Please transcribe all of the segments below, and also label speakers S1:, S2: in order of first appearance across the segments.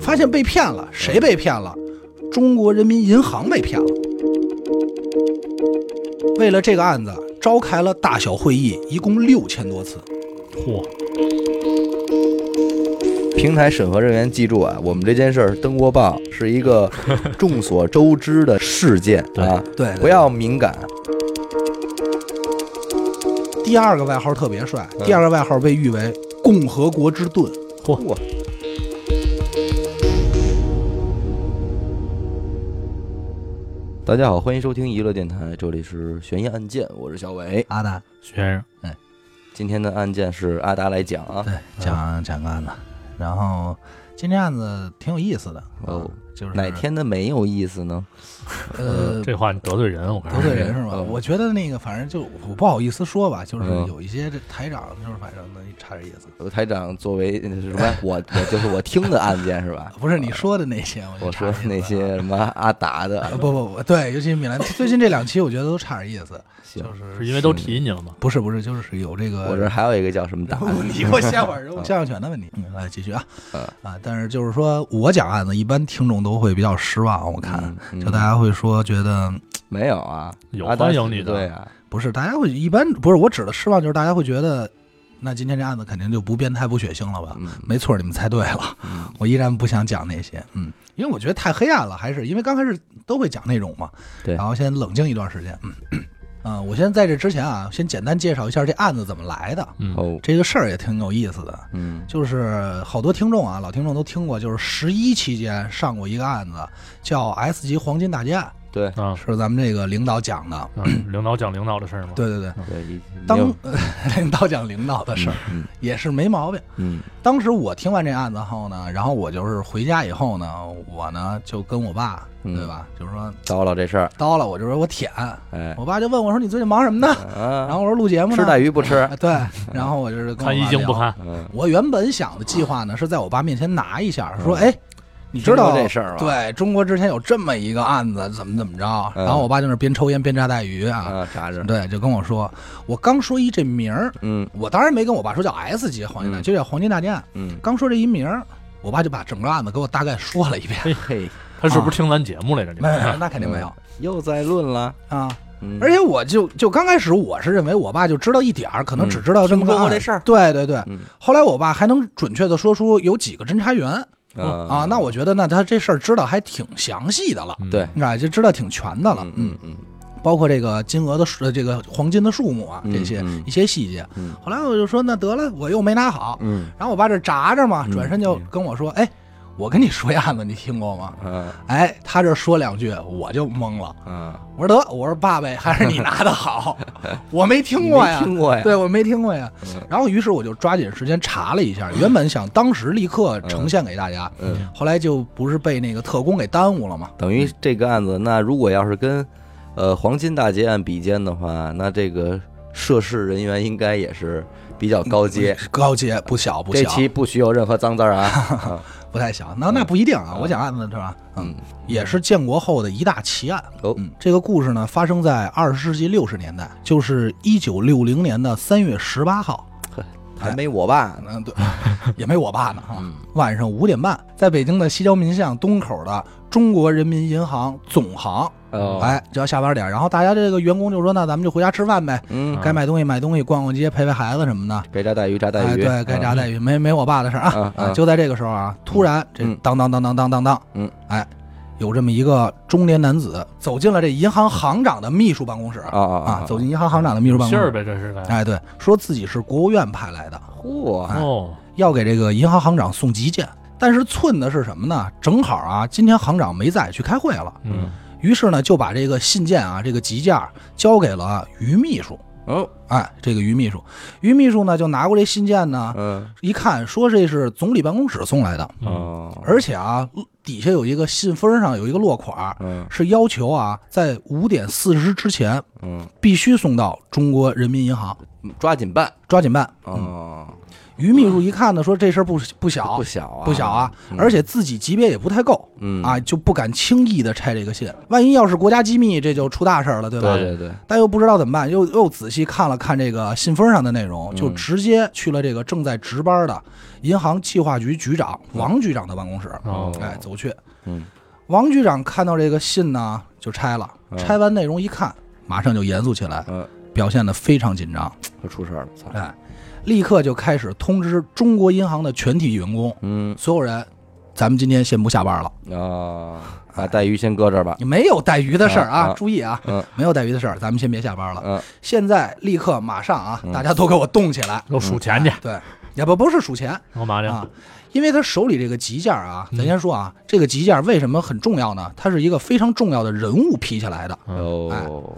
S1: 发现被骗了，谁被骗了？中国人民银行被骗了。为了这个案子，召开了大小会议，一共六千多次。
S2: 嚯，
S3: 平台审核人员记住啊，我们这件事儿登过报，啊是一 个众所周知的事件
S2: 对
S3: 啊，
S1: 对，对
S3: 不要敏感。
S1: 第二个外号特别帅，
S3: 嗯
S1: 第二个外号被誉为“共和国之盾
S3: 哇，大家好，欢迎收听娱乐电台，这里是悬疑案件，我是小伟”。。
S1: 阿南，
S2: 徐先生，
S3: 今天的案件是阿达来讲啊，
S1: 对，讲讲个案子，然后今天案子挺有意思的，啊
S3: 哦，
S1: 就是
S3: 哪天的没有意思呢？
S1: 呃
S2: 这话你得罪人，我告诉
S1: 得
S2: 你，
S1: 罪人是吧？
S3: 嗯
S1: 我觉得那个反正就我不好意思说吧，就是
S3: 嗯
S1: 有一些这台长就是反正那差点意思，
S3: 呃台长作为 呃什么，我我就是我听的案件是吧
S1: 啊？
S3: 啊
S1: 不是你说的那些，我
S3: 我
S1: 觉得差
S3: 说
S1: 点
S3: 那
S1: 意思啊
S3: 些什么阿达的啊
S1: 呃，不不不对，尤其米 兰最近这两期我觉得都差点意思，
S3: 行
S1: 就是是
S2: 因为都提你了吗？
S1: 不是不是就是有这
S3: 我这
S1: 个。，
S3: 还有一个叫什么达的
S1: 你给我歇会儿，我肖像权的问题。嗯来继续啊啊！但是就是说我讲案子，一般听众都会比较失望，我看
S3: 嗯嗯
S1: 就大家会说觉得
S3: 没有啊？
S2: 有
S3: 阿达
S2: 欢迎你的
S3: 对啊，
S1: 不是，大家会一般不是我指的失望，就是大家会觉得，那今天这案子肯定就不变态、不血腥了吧？
S3: 嗯
S1: 没错，你们猜对了，
S3: 嗯
S1: 我依然不想讲那些，嗯，因为我觉得太黑暗了，还是因为刚开始都会讲那种嘛，
S3: 对
S1: 然后先冷静一段时间，嗯，啊、我先在这之前啊，先简单介绍一下这案子怎么来的，
S2: 嗯，
S3: 哦，
S1: 这个事儿也挺有意思的，
S3: 嗯
S1: 就是好多听众啊，老听众都听过，就是十一期间上过一个案子，叫 S 级黄金大劫案，
S3: 对
S2: 啊，
S1: 是咱们这个领导讲的，
S2: 啊领导讲领导的事儿吗？，
S1: 对对对。
S3: 对，一没
S1: 当
S3: 有
S1: 领导讲领导的事儿
S3: 嗯
S1: 也是没毛病。
S3: 嗯
S1: 当时我听完这案子后呢，然后我就是回家以后呢，我呢就跟我爸，
S3: 嗯
S1: 对吧？就是说
S3: 叨唠这事儿，
S1: 叨了，我就说我舔。
S3: 哎
S1: 我爸就问我说你最近忙什么呢？哦然
S3: 啊，
S1: 后我说录节目呢。
S3: 吃带鱼不吃？
S1: 啊对，然后我就是跟我
S2: 看一
S1: 爸
S2: 经不
S1: 聊。
S2: 看，
S3: 嗯，
S1: 我原本想的计划呢是在我爸面前拿一下，说
S3: 嗯
S1: 哎。你知道
S3: 听过这事儿吧
S1: 对中国之前有这么一个案子，怎么怎么着？啊
S3: 嗯
S1: 然后我爸就那边抽烟边炸带鱼啊，
S3: 啊，啥着？
S1: 对，就跟我说，我刚说一这名儿，
S3: 嗯
S1: 我当然没跟我爸说叫 S 级黄金大，
S3: 嗯
S1: 就叫黄金大劫案。
S3: 嗯，
S1: 刚说这一名儿，我爸就把整个案子给我大概说了一 遍。
S3: 嘿，
S2: 他是不是听咱节目来着？你
S1: 没
S2: 们
S1: 没没，那肯定没有
S3: 又在论了，
S1: 啊！
S3: 嗯
S1: 而且我就就刚开始我是认为我爸就知道一点儿，可能只知道这么
S3: 嗯
S1: 个
S3: 听说过
S1: 案
S3: 这事儿
S1: 对对对
S3: 嗯。
S1: 后来我爸还能准确的说出有几个侦查员
S3: 嗯
S1: 啊，那我觉得那他这事儿知道还挺详细的了，
S2: 嗯
S3: 对
S1: 啊，就知道挺全的了。嗯
S3: 嗯，嗯
S1: 包括这个金额的数，呃这个黄金的数目啊，
S3: 嗯
S1: 这些
S3: 嗯
S1: 一些细节。
S3: 嗯
S1: 后来我就说那得了，我又没拿好，
S3: 嗯
S1: 然后我爸这炸着嘛，
S3: 嗯
S1: 转身就跟我说：“哎，我跟你说一案子，你听过吗
S3: 嗯？”啊
S1: 哎，他这说两句我就懵了。
S3: 啊，
S1: 我说得，我说爸呗，还是你拿的 好，我没听过呀
S3: 你没，听过呀，
S1: 对我没听过呀。
S3: 嗯
S1: 然后于是我就抓紧时间查了一下，原本想当时立刻呈现给大家，
S3: 嗯，
S1: 后来就不是被那个特工给耽误了嘛。
S3: 等于这个案子，那如果要是跟呃黄金大劫案比肩的话，那这个涉事人员应该也是比较高阶。
S1: 高阶不小嗯不
S3: 这
S1: 小，
S3: 期不许有任何脏字儿 啊！
S1: 不太小。那那不一定啊，
S3: 嗯
S1: 我讲案子是吧？嗯
S3: 嗯，
S1: 也是建国后的一大奇案。
S3: 哦
S1: 嗯，这个故事呢，发生在二十世纪六十年代，就是一九六零年的三月十八号。
S3: 还没我爸呢。
S1: 嗯， 对，也没我爸呢啊。晚上五点半，在北京的西郊民巷东口的中国人民银行总行，
S3: 哦
S1: 哎，就要下班点儿。然后大家这个员工就说：“那咱们就回家吃饭呗，
S3: 嗯，
S1: 该买东西买东西，逛逛街，陪陪孩子什么的。”
S3: 该炸带鱼炸带
S1: 哎，
S3: 鱼，嗯
S1: 对，该炸带鱼，没没我爸的事儿啊
S3: 啊
S1: 啊！
S3: 啊
S1: 就在这个时候啊，突然这
S3: 嗯
S1: 当当当当当当当，
S3: 嗯，
S1: 哎，有这么一个中年男子走进了这银行行长的秘书办公室
S3: 啊啊
S1: 啊，走进银行行长的秘书办
S2: 信
S1: 公室，
S2: 儿呗，这是呗。
S1: 哎，对，说自己是国务院派来的，哎
S3: 嚯，
S2: 哦，
S1: 要给这个银行行长送急件。但是寸的是什么呢？正好啊，今天行长没在，去开会了，
S2: 嗯，
S1: 于是呢就把这个信件啊，这个急件儿交给了于秘书。
S3: 哦，
S1: 哎，这个于秘书，于秘书呢就拿过这信件呢，
S3: 嗯
S1: 一看说这是总理办公室送来的，
S3: 哦，
S1: 而且啊，底下有一个信封上有一个落款儿，
S3: 嗯
S1: 是要求啊，在五点四十之前
S3: 嗯，
S1: 必须送到中国人民银行，
S3: 抓紧办
S1: 抓紧办。
S3: 哦，
S1: 于秘书一看呢，说这事儿不不嗯小
S3: 不小啊，
S1: 不小啊，
S3: 嗯
S1: 而且自己级别也不太够
S3: 嗯
S1: 啊，，就不敢轻易的拆这个信。万一要是国家机密，这就出大事儿了，对
S3: 对
S1: 吧？
S3: 对对，
S1: 但又不知道怎么办，又又仔细看了看这个信封上的内容，
S3: 嗯
S1: 就直接去了这个正在值班的银行计划局局长王局长的办公室，
S2: 哦
S3: 嗯
S1: 哎，走去。
S3: 嗯
S1: 王局长看到这个信呢，就拆了，
S3: 嗯
S1: 拆完内容一看，马上就严肃起来，
S3: 嗯，
S1: 表现得非常紧张，
S3: 可出事儿了，操，
S1: 哎，立刻就开始通知中国银行的全体员工，
S3: 嗯
S1: 所有人，咱们今天先不下班了，
S3: 啊，
S1: 哎
S3: 把带鱼先搁这儿
S2: 啊
S3: 吧，
S1: 没有带鱼的事儿
S3: 啊
S1: 啊，
S3: 啊
S1: 注意啊，
S3: 嗯
S1: 没有带鱼的事儿，咱们先别下
S2: 啊
S1: 班了，
S3: 嗯
S1: 现在立刻马上啊，
S3: 嗯
S1: 大家都给我动起来，啊
S2: 给我数钱去，
S1: 对，也不不是数钱
S2: 干嘛去？
S1: 嗯啊，因为他手里这个急件儿啊，
S2: 嗯
S1: 咱先说啊，这个急件儿为什么很重要呢？它是一个非常重要的人物批下来的。哎
S3: 哦，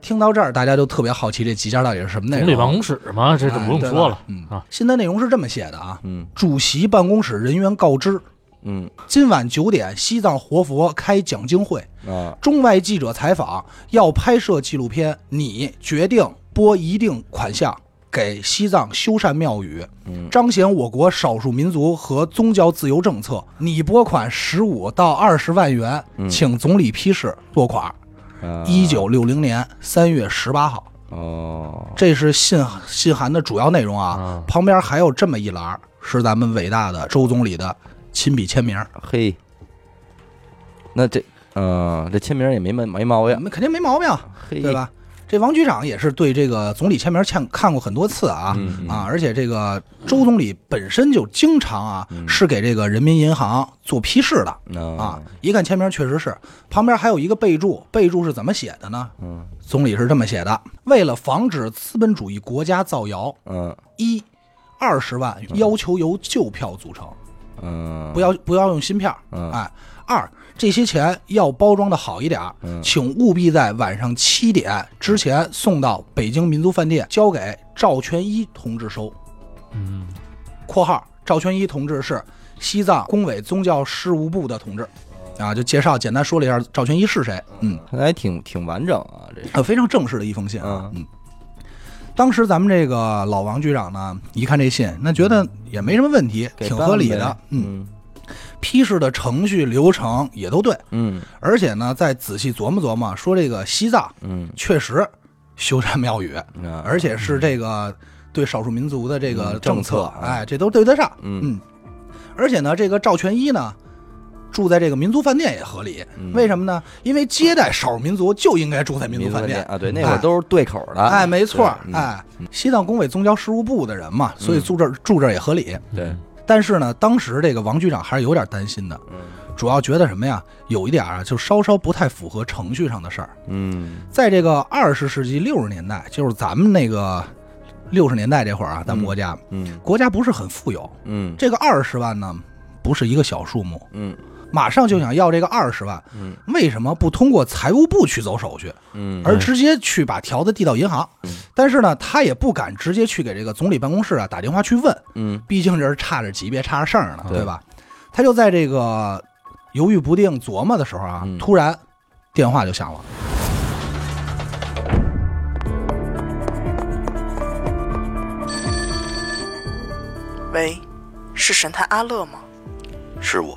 S1: 听到这儿，大家就特别好奇这急件儿到底是什么内
S2: 总理办
S1: 容。
S2: 公室嘛，这就不用说了
S1: 哎。对吧嗯
S2: 啊，
S1: 新闻内容是这么写的啊：
S3: 嗯
S1: 主席办公室人员告知，
S3: 嗯
S1: 今晚九点西藏活佛开讲经会，
S3: 啊，
S1: 中外记者采访，要拍摄纪录片，你决定拨一定款项给西藏修缮庙宇，
S3: 嗯
S1: 彰显我国少数民族和宗教自由政策。你拨款十五到二十万元，
S3: 嗯
S1: 请总理批示落款。
S3: 啊
S1: 一九六零年三月十八号，
S3: 哦，
S1: 这是信信函的主要内容啊。
S2: 啊，
S1: 旁边还有这么一栏儿，是咱们伟大的周总理的亲笔签名儿，
S3: 嘿，那这，嗯、这签名儿也没没没毛病，
S1: 肯定没毛病啊，
S3: 嘿，
S1: 对？吧？这王局长也是对这个总理签名看看过很多次啊。
S3: 嗯
S1: 啊，，而且这个周总理本身就经常啊，
S3: 嗯
S1: 是给这个人民银行做批示的，
S3: 嗯
S1: 啊，，一看签名确实是，旁边还有一个备注，备注是怎么写的呢？
S3: 嗯
S1: 总理是这么写的：为了防止资本主义国家造谣，
S3: 嗯
S1: 一二十万要求由旧票组成，
S3: 嗯，
S1: 不，要不要用新票，
S3: 嗯
S1: 哎，二这些钱要包装的好一点儿，
S3: 嗯
S1: 请务必在晚上七点之前送到北京民族饭店，交给赵全一同志收。
S2: 嗯，
S1: （括号赵全一同志是西藏工委宗教事务部的同志），
S3: 哦
S1: 啊，就介绍简单说了一下赵全一是谁，嗯，
S3: 看来挺挺完整啊，这是，
S1: 呃，非常正式的一封信啊，
S3: 嗯
S1: 嗯。当时咱们这个老王局长呢，一看这信，那觉得也没什么问题，
S3: 嗯给
S1: 挺
S3: 办
S1: 合理
S3: 呗
S1: 的，嗯，
S3: 嗯
S1: 批示的程序流程也都对，
S3: 嗯
S1: 而且呢，再仔细琢磨琢磨，说这个西藏
S3: 嗯
S1: 确实修缮庙宇，
S3: 嗯啊，
S1: 而且是这个对少数民族的这个
S3: 嗯政
S1: 策，
S3: 策啊
S1: 哎，这都对得上。
S3: 嗯
S1: 而且呢，这个赵全一呢，住在这个民族饭店也合理。
S3: 嗯
S1: 为什么呢？因为接待少数民族就应该住在民
S3: 民
S1: 族
S3: 族
S1: 饭
S3: 饭
S1: 店。
S3: 啊，对，那会儿都是对口的，
S1: 哎，没错
S3: 对，嗯嗯
S1: 哎，西藏工委宗教事务部的人嘛，所以住这儿住这儿也合理。
S3: 对，
S1: 但是呢，当时这个王局长还是有点担心的，
S3: 嗯
S1: 主要觉得什么呀？有一点啊，就稍稍不太符合程序上的事儿。
S3: 嗯
S1: 在这个二十世纪六十年代，就是咱们那个六十年代这会儿啊，咱们
S3: 嗯
S1: 国家、
S3: 嗯
S1: 国家不是很富有，
S3: 嗯
S1: 这个二十万呢不是一个小数目，
S3: 嗯
S1: 马上就想要这个二十万，
S3: 嗯
S1: 为什么不通过财务部去走手续，
S3: 嗯，
S1: 而直接去把条子递到银行？但是呢，他也不敢直接去给这个总理办公室啊打电话去问，
S3: 嗯
S1: 毕竟这是差着级别差着事儿呢，
S2: 嗯
S3: 对
S1: 对吧？他就在这个犹豫不定琢磨的时候啊
S3: 嗯，
S1: 突然电话就响了。
S4: 喂，是神探阿乐吗？
S5: 是我，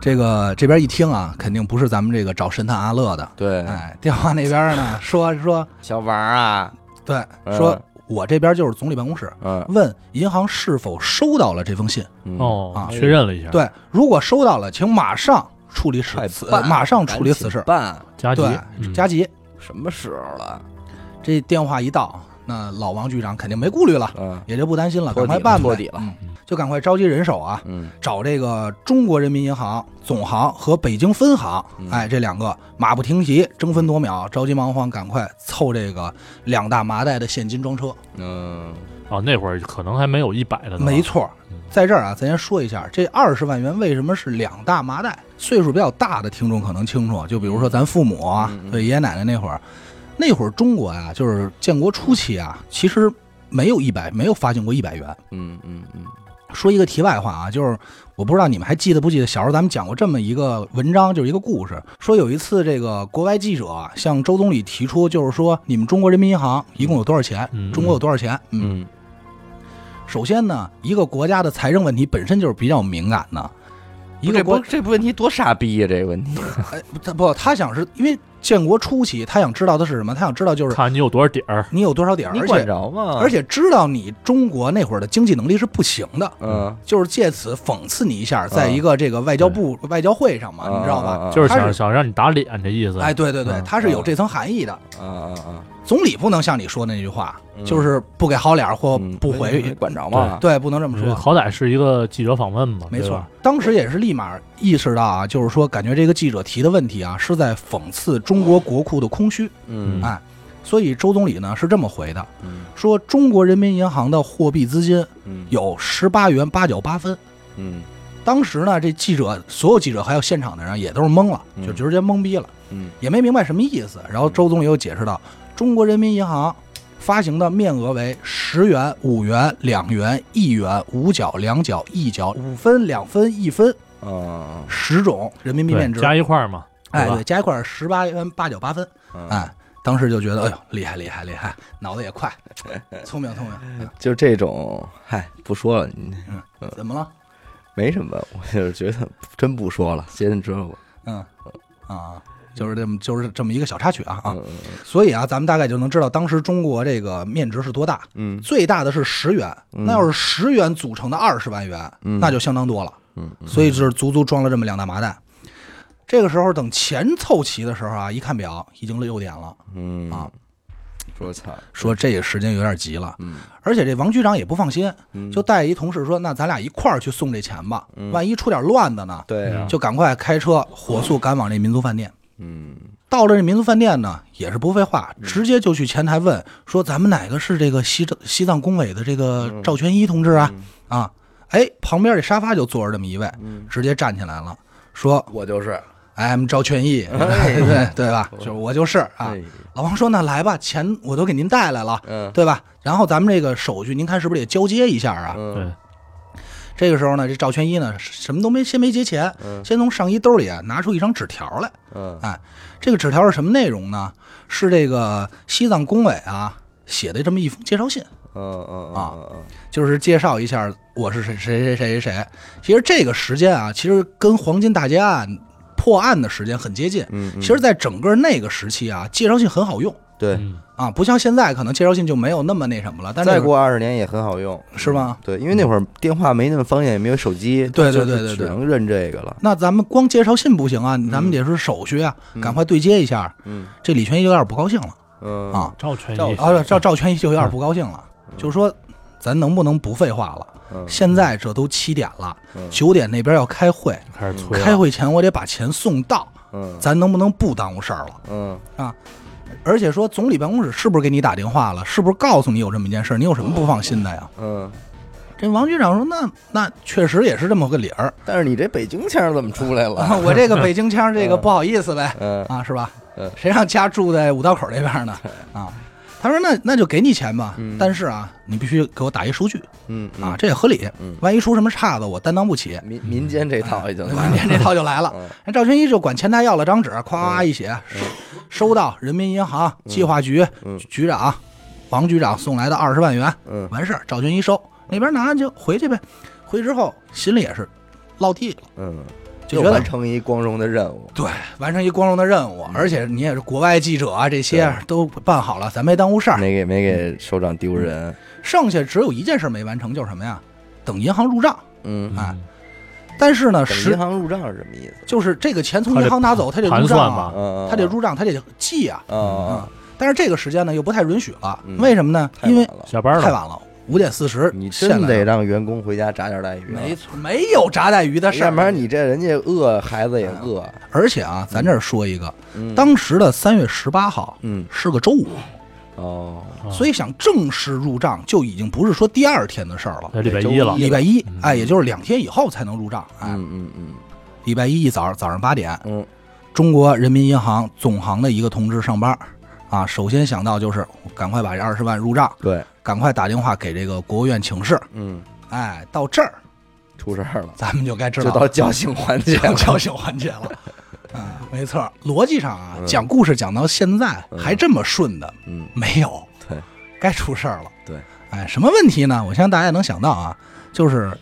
S1: 这个这边一听啊，肯定不是咱们这个找神探阿乐的。
S2: 嗯
S3: 对，
S1: 哎，电话那边 呢说说，
S3: 小王啊，
S1: 对，
S2: 哎
S3: 嗯
S1: 说我这边就是总理办公室，
S3: 嗯
S1: 问银行是否收到了这封信。
S2: 哦
S1: 啊，
S2: 确认了一下，，
S1: 对，如果收到了，请马上处理此
S3: 快
S1: 此，
S3: 办，
S1: 马上处理此事。
S3: 办，
S2: 加急
S1: 对，
S2: 嗯，
S1: 加急。
S3: 什么时候了？
S1: 这电话一到，那老王局长肯定没顾虑了，
S3: 嗯，
S1: 也就不担心了，
S3: 托
S1: 赶快
S3: 底
S1: 办
S3: 了
S1: 吧
S3: 托底了。
S1: 嗯就赶快召集人手啊，
S3: 嗯
S1: 找这个中国人民银行总行和北京分行
S3: 嗯，
S1: 哎，这两个马不停蹄，争分夺秒，着急忙慌，赶快凑这个两大麻袋的现金装车。
S3: 嗯
S2: 哦，那会儿可能还没有一百的呢，
S1: 没错
S2: 嗯，
S1: 在这儿啊，咱先说一下，这二十万元为什么是两大麻袋？岁数比较大的听众可能清楚，就比如说咱父母啊
S3: 嗯嗯，
S1: 对爷爷奶奶那会儿，那会儿中国啊，就是建国初期啊，其实没有一百，没有发行过一百元。
S3: 嗯嗯嗯，
S1: 说一个题外话啊，就是我不知道你们还记得不记得，小时候咱们讲过这么一个文章，就是一个故事，说有一次这个国外记者啊向周总理提出，就是说你们中国人民银行一共有多少钱？
S2: 嗯
S1: 中国有多少钱？嗯，
S3: 嗯
S1: 首先呢，一个国家的财政问题本身就是比较敏感的，一
S3: 这
S1: 个
S3: 不
S1: 国
S3: 这问题多傻逼呀、这个问题，
S1: 他不他想是因为建国初期，他想知道的是什么？他想知道就是
S2: 看你有多少底儿，
S1: 你有多少点儿，
S3: 你
S1: 而
S3: 管
S1: 且
S3: 着啊吗？
S1: 而，且知道你中国那会儿的经济能力是不行的。
S3: 嗯，
S1: 就是借此讽刺你一下，在
S3: 嗯
S1: 一个这个外交部外交会上嘛，你知道吧？
S3: 吧
S2: 就是
S1: 他
S2: 想
S1: 是
S2: 想让你打脸这意思。
S1: 啊哎，对对对，
S2: 嗯
S1: 它是有这层含义的。
S3: 啊啊啊，
S1: 总理不能像你说的那句话，
S3: 嗯
S1: 就是不给好脸儿或
S3: 嗯
S1: 不回，
S3: 你管着吗？
S1: 对，不能这么
S2: 这
S1: 说。
S2: 好歹是一个记者访问嘛，
S1: 没
S2: 对
S1: 错
S2: 吧，，
S1: 当时也是立马意识到啊，就是说，感觉这个记者提的问题啊，是在讽刺中国国库的空虚。
S3: 嗯
S1: 哎，所以周总理呢是这么回的，
S3: 嗯
S1: 说中国人民银行的货币资金
S3: 嗯
S1: 有十八元八角八分。
S3: 嗯
S1: 当时呢，这记者所有记者还有现场的人也都是懵了，
S3: 嗯
S1: 就直接懵逼了。
S3: 嗯
S1: 也没明白什么意思。然后周总理又解释道，中国人民银行发行的面额为十元、五元、两元、一元、五角、两角、一角、五分、两分、一分
S3: 啊
S1: 十种人民币
S2: 对
S1: 面，值。
S2: 加一块儿嘛，
S1: 哎，
S2: 对
S1: 对，
S2: 吧，
S1: 加一块十八元八角八分。
S3: 嗯
S1: 哎，当时就觉得，哎呦，厉害厉害厉害，脑子也快，聪明聪明。
S3: 就这种，嗨，不说了，你
S1: 嗯怎么了？
S3: 没什么，我就是觉得真不说了，先知道吧。
S1: 嗯啊，就是这么就是这么一个小插曲啊啊。
S3: 嗯
S1: 所以啊，咱们大概就能知道当时中国这个面值是多大。
S3: 嗯
S1: 最大的是十元，
S3: 嗯
S1: 那要是十元组成的二十万元，
S3: 嗯
S1: 那就相当多了。
S3: 嗯
S1: 所以就是足足装了这么两大麻袋。这个时候等钱凑齐的时候啊，一看表已经六点了，
S3: 嗯
S1: 啊，
S3: 说惨，
S1: 说这个时间有点急了。
S3: 嗯
S1: 而且这王局长也不放心，
S3: 嗯
S1: 就带一同事说：“那咱俩一块儿去送这钱吧，
S3: 嗯
S1: 万一出点乱子呢？”
S3: 对
S2: 嗯
S3: 啊，
S1: 就赶快开车火速赶往这民族饭店。
S3: 嗯
S1: 到了这民族饭店呢，也是不废话，直接就去前台问说：“咱们哪个是这个西藏西藏工委的这个
S3: 嗯
S1: 赵全一同志啊？”啊，哎，旁边这沙发就坐着这么一位，
S3: 嗯，
S1: 直接站起来了，说哎
S3: 我就是
S1: 啊：“I'm 赵全一，
S3: 哎
S1: 对 对吧？就是我就是啊。”老王说：“那来吧，钱我都给您带来了，
S3: 嗯
S1: 对吧？然后咱们这个手续，您看是不是得交接一下啊？”
S3: 嗯
S2: 对，
S1: 这个时候呢，这赵全一呢，什么都没，先没结钱，
S3: 嗯
S1: 先从上衣兜里啊拿出一张纸条来。哎
S3: 嗯
S1: 这个纸条是什么内容呢？是这个西藏工委啊写的这么一封介绍信，
S3: 嗯嗯啊
S1: 就是介绍一下我是谁谁谁谁谁谁。其实这个时间啊，其实跟黄金大劫案破案的时间很接近。
S3: 嗯，
S1: 其实，在整个那个时期啊，介绍信很好用
S3: 对，
S2: 嗯，
S1: 啊，不像现在可能介绍信就没有那么那什么了。但
S3: 再
S1: 那会儿
S3: 过二十年也很好用，嗯
S1: 是吗？
S3: 对，因为那会儿电话没那么方便，也没有手机，
S1: 对对对
S3: 就是
S1: 对对
S3: 只能认这个了。
S1: 那咱们光介绍信不行啊，咱们得是手续啊，赶快对接一下。
S3: 嗯
S1: 这李全一有点不高兴了
S3: 嗯
S1: 啊，
S2: 赵全
S3: 赵
S2: 一，
S1: 啊，赵赵全一就有点不高兴了，就说咱能不能不废话了？
S3: 嗯
S1: 现在这都七点了，
S3: 嗯
S1: 九点那边要开会，
S2: 嗯开始催了
S1: 开会前我得把钱送到，
S3: 嗯
S1: 咱能不能不耽误事儿了？
S3: 嗯
S1: 而且说总理办公室是不是给你打电话了？是不是告诉你有这么一件事儿？你有什么不放心的呀？
S3: 嗯，
S1: 这王局长说：“那那确实也是这么个理儿，啊
S3: 但是你这北京腔儿怎么出来了？
S1: 我这个北京腔儿，这个不好意思呗，
S3: 嗯
S1: 啊，是吧
S3: 嗯？
S1: 谁让家住在五道口这边呢？啊，他说那那就给你钱吧，但是啊，你必须给我打一数据
S3: 嗯
S1: 啊，，这也合理
S3: 嗯，
S1: 万一出什么岔子，我担当不起。”
S3: 民民间这套已经来
S1: 关
S3: 了。
S1: 键 这套就来了
S3: 嗯。
S1: 那赵全一就管前台要了张纸，夸夸一写，收到人民银行计划局
S3: 嗯
S1: 局长王局长送来的二十万元，
S3: 嗯
S1: 完事儿。赵全一收，那边拿就回去呗。回去之后心里也是落地了，
S3: 嗯，
S1: 就
S3: 就
S1: 觉得
S3: 完成一光荣的任务。
S1: 对完成一光荣的任
S3: 嗯
S1: 务，而且你也是国外记者啊，这些都办好了，咱没耽误事儿。
S3: 没给没给首长丢人。
S1: 剩下只有一件事没完成，就是什么呀？等银行入账。
S3: 嗯，
S1: 哎但是呢，
S3: 等
S1: 实
S3: 银行入账是什么意思？
S1: 就是这个钱从
S2: 他得
S1: 银行拿走，他得入
S2: 盘
S1: 账
S2: 算
S1: 啊
S2: 吧，
S3: 嗯，
S1: 他得入账，他得记啊。
S3: 啊，
S1: 但是这个时间呢又不太允许了，
S3: 嗯
S1: 为什么呢？因为
S3: 太晚了
S2: 下班
S1: 太
S2: 了，
S1: 晚了，五点四十
S3: 你
S1: 现
S3: 真
S1: 来
S3: 得
S1: 了
S3: 让员工回家炸点带鱼、啊，
S1: 没错，没有炸带鱼的事儿。
S3: 要不然你这人家饿，孩子也饿。
S1: 而且啊，咱这儿说一个，
S3: 嗯
S1: 当时的三月十八号，
S3: 嗯
S1: 是个周五，
S3: 哦，
S2: 啊
S1: 所以想正式入账就已经不是说第二天的事儿了，
S2: 这礼拜一了
S3: 周一，
S1: 礼拜一，哎，也就是两天以后才能入账，哎，
S3: 嗯嗯嗯
S1: 礼拜一一早早上八点，
S3: 嗯，
S1: 中国人民银行总行的一个同志上班，啊，首先想到就是赶快把这二十万入账，
S3: 对，
S1: 赶快打电话给这个国务院请示，
S3: 嗯，
S1: 哎，到这儿
S3: 出事儿了，
S1: 咱们就该知
S3: 就
S1: 道
S3: 到叫醒环节
S1: 讲
S3: 了。
S1: 叫醒环节了。啊，没错，逻辑上啊，
S3: 嗯
S1: 讲故事讲到现在还这么顺的，
S3: 嗯，
S1: 没有，
S3: 对，
S1: 该出事儿了。
S3: 对，
S1: 哎，什么问题呢？我相信大家能想到啊，就是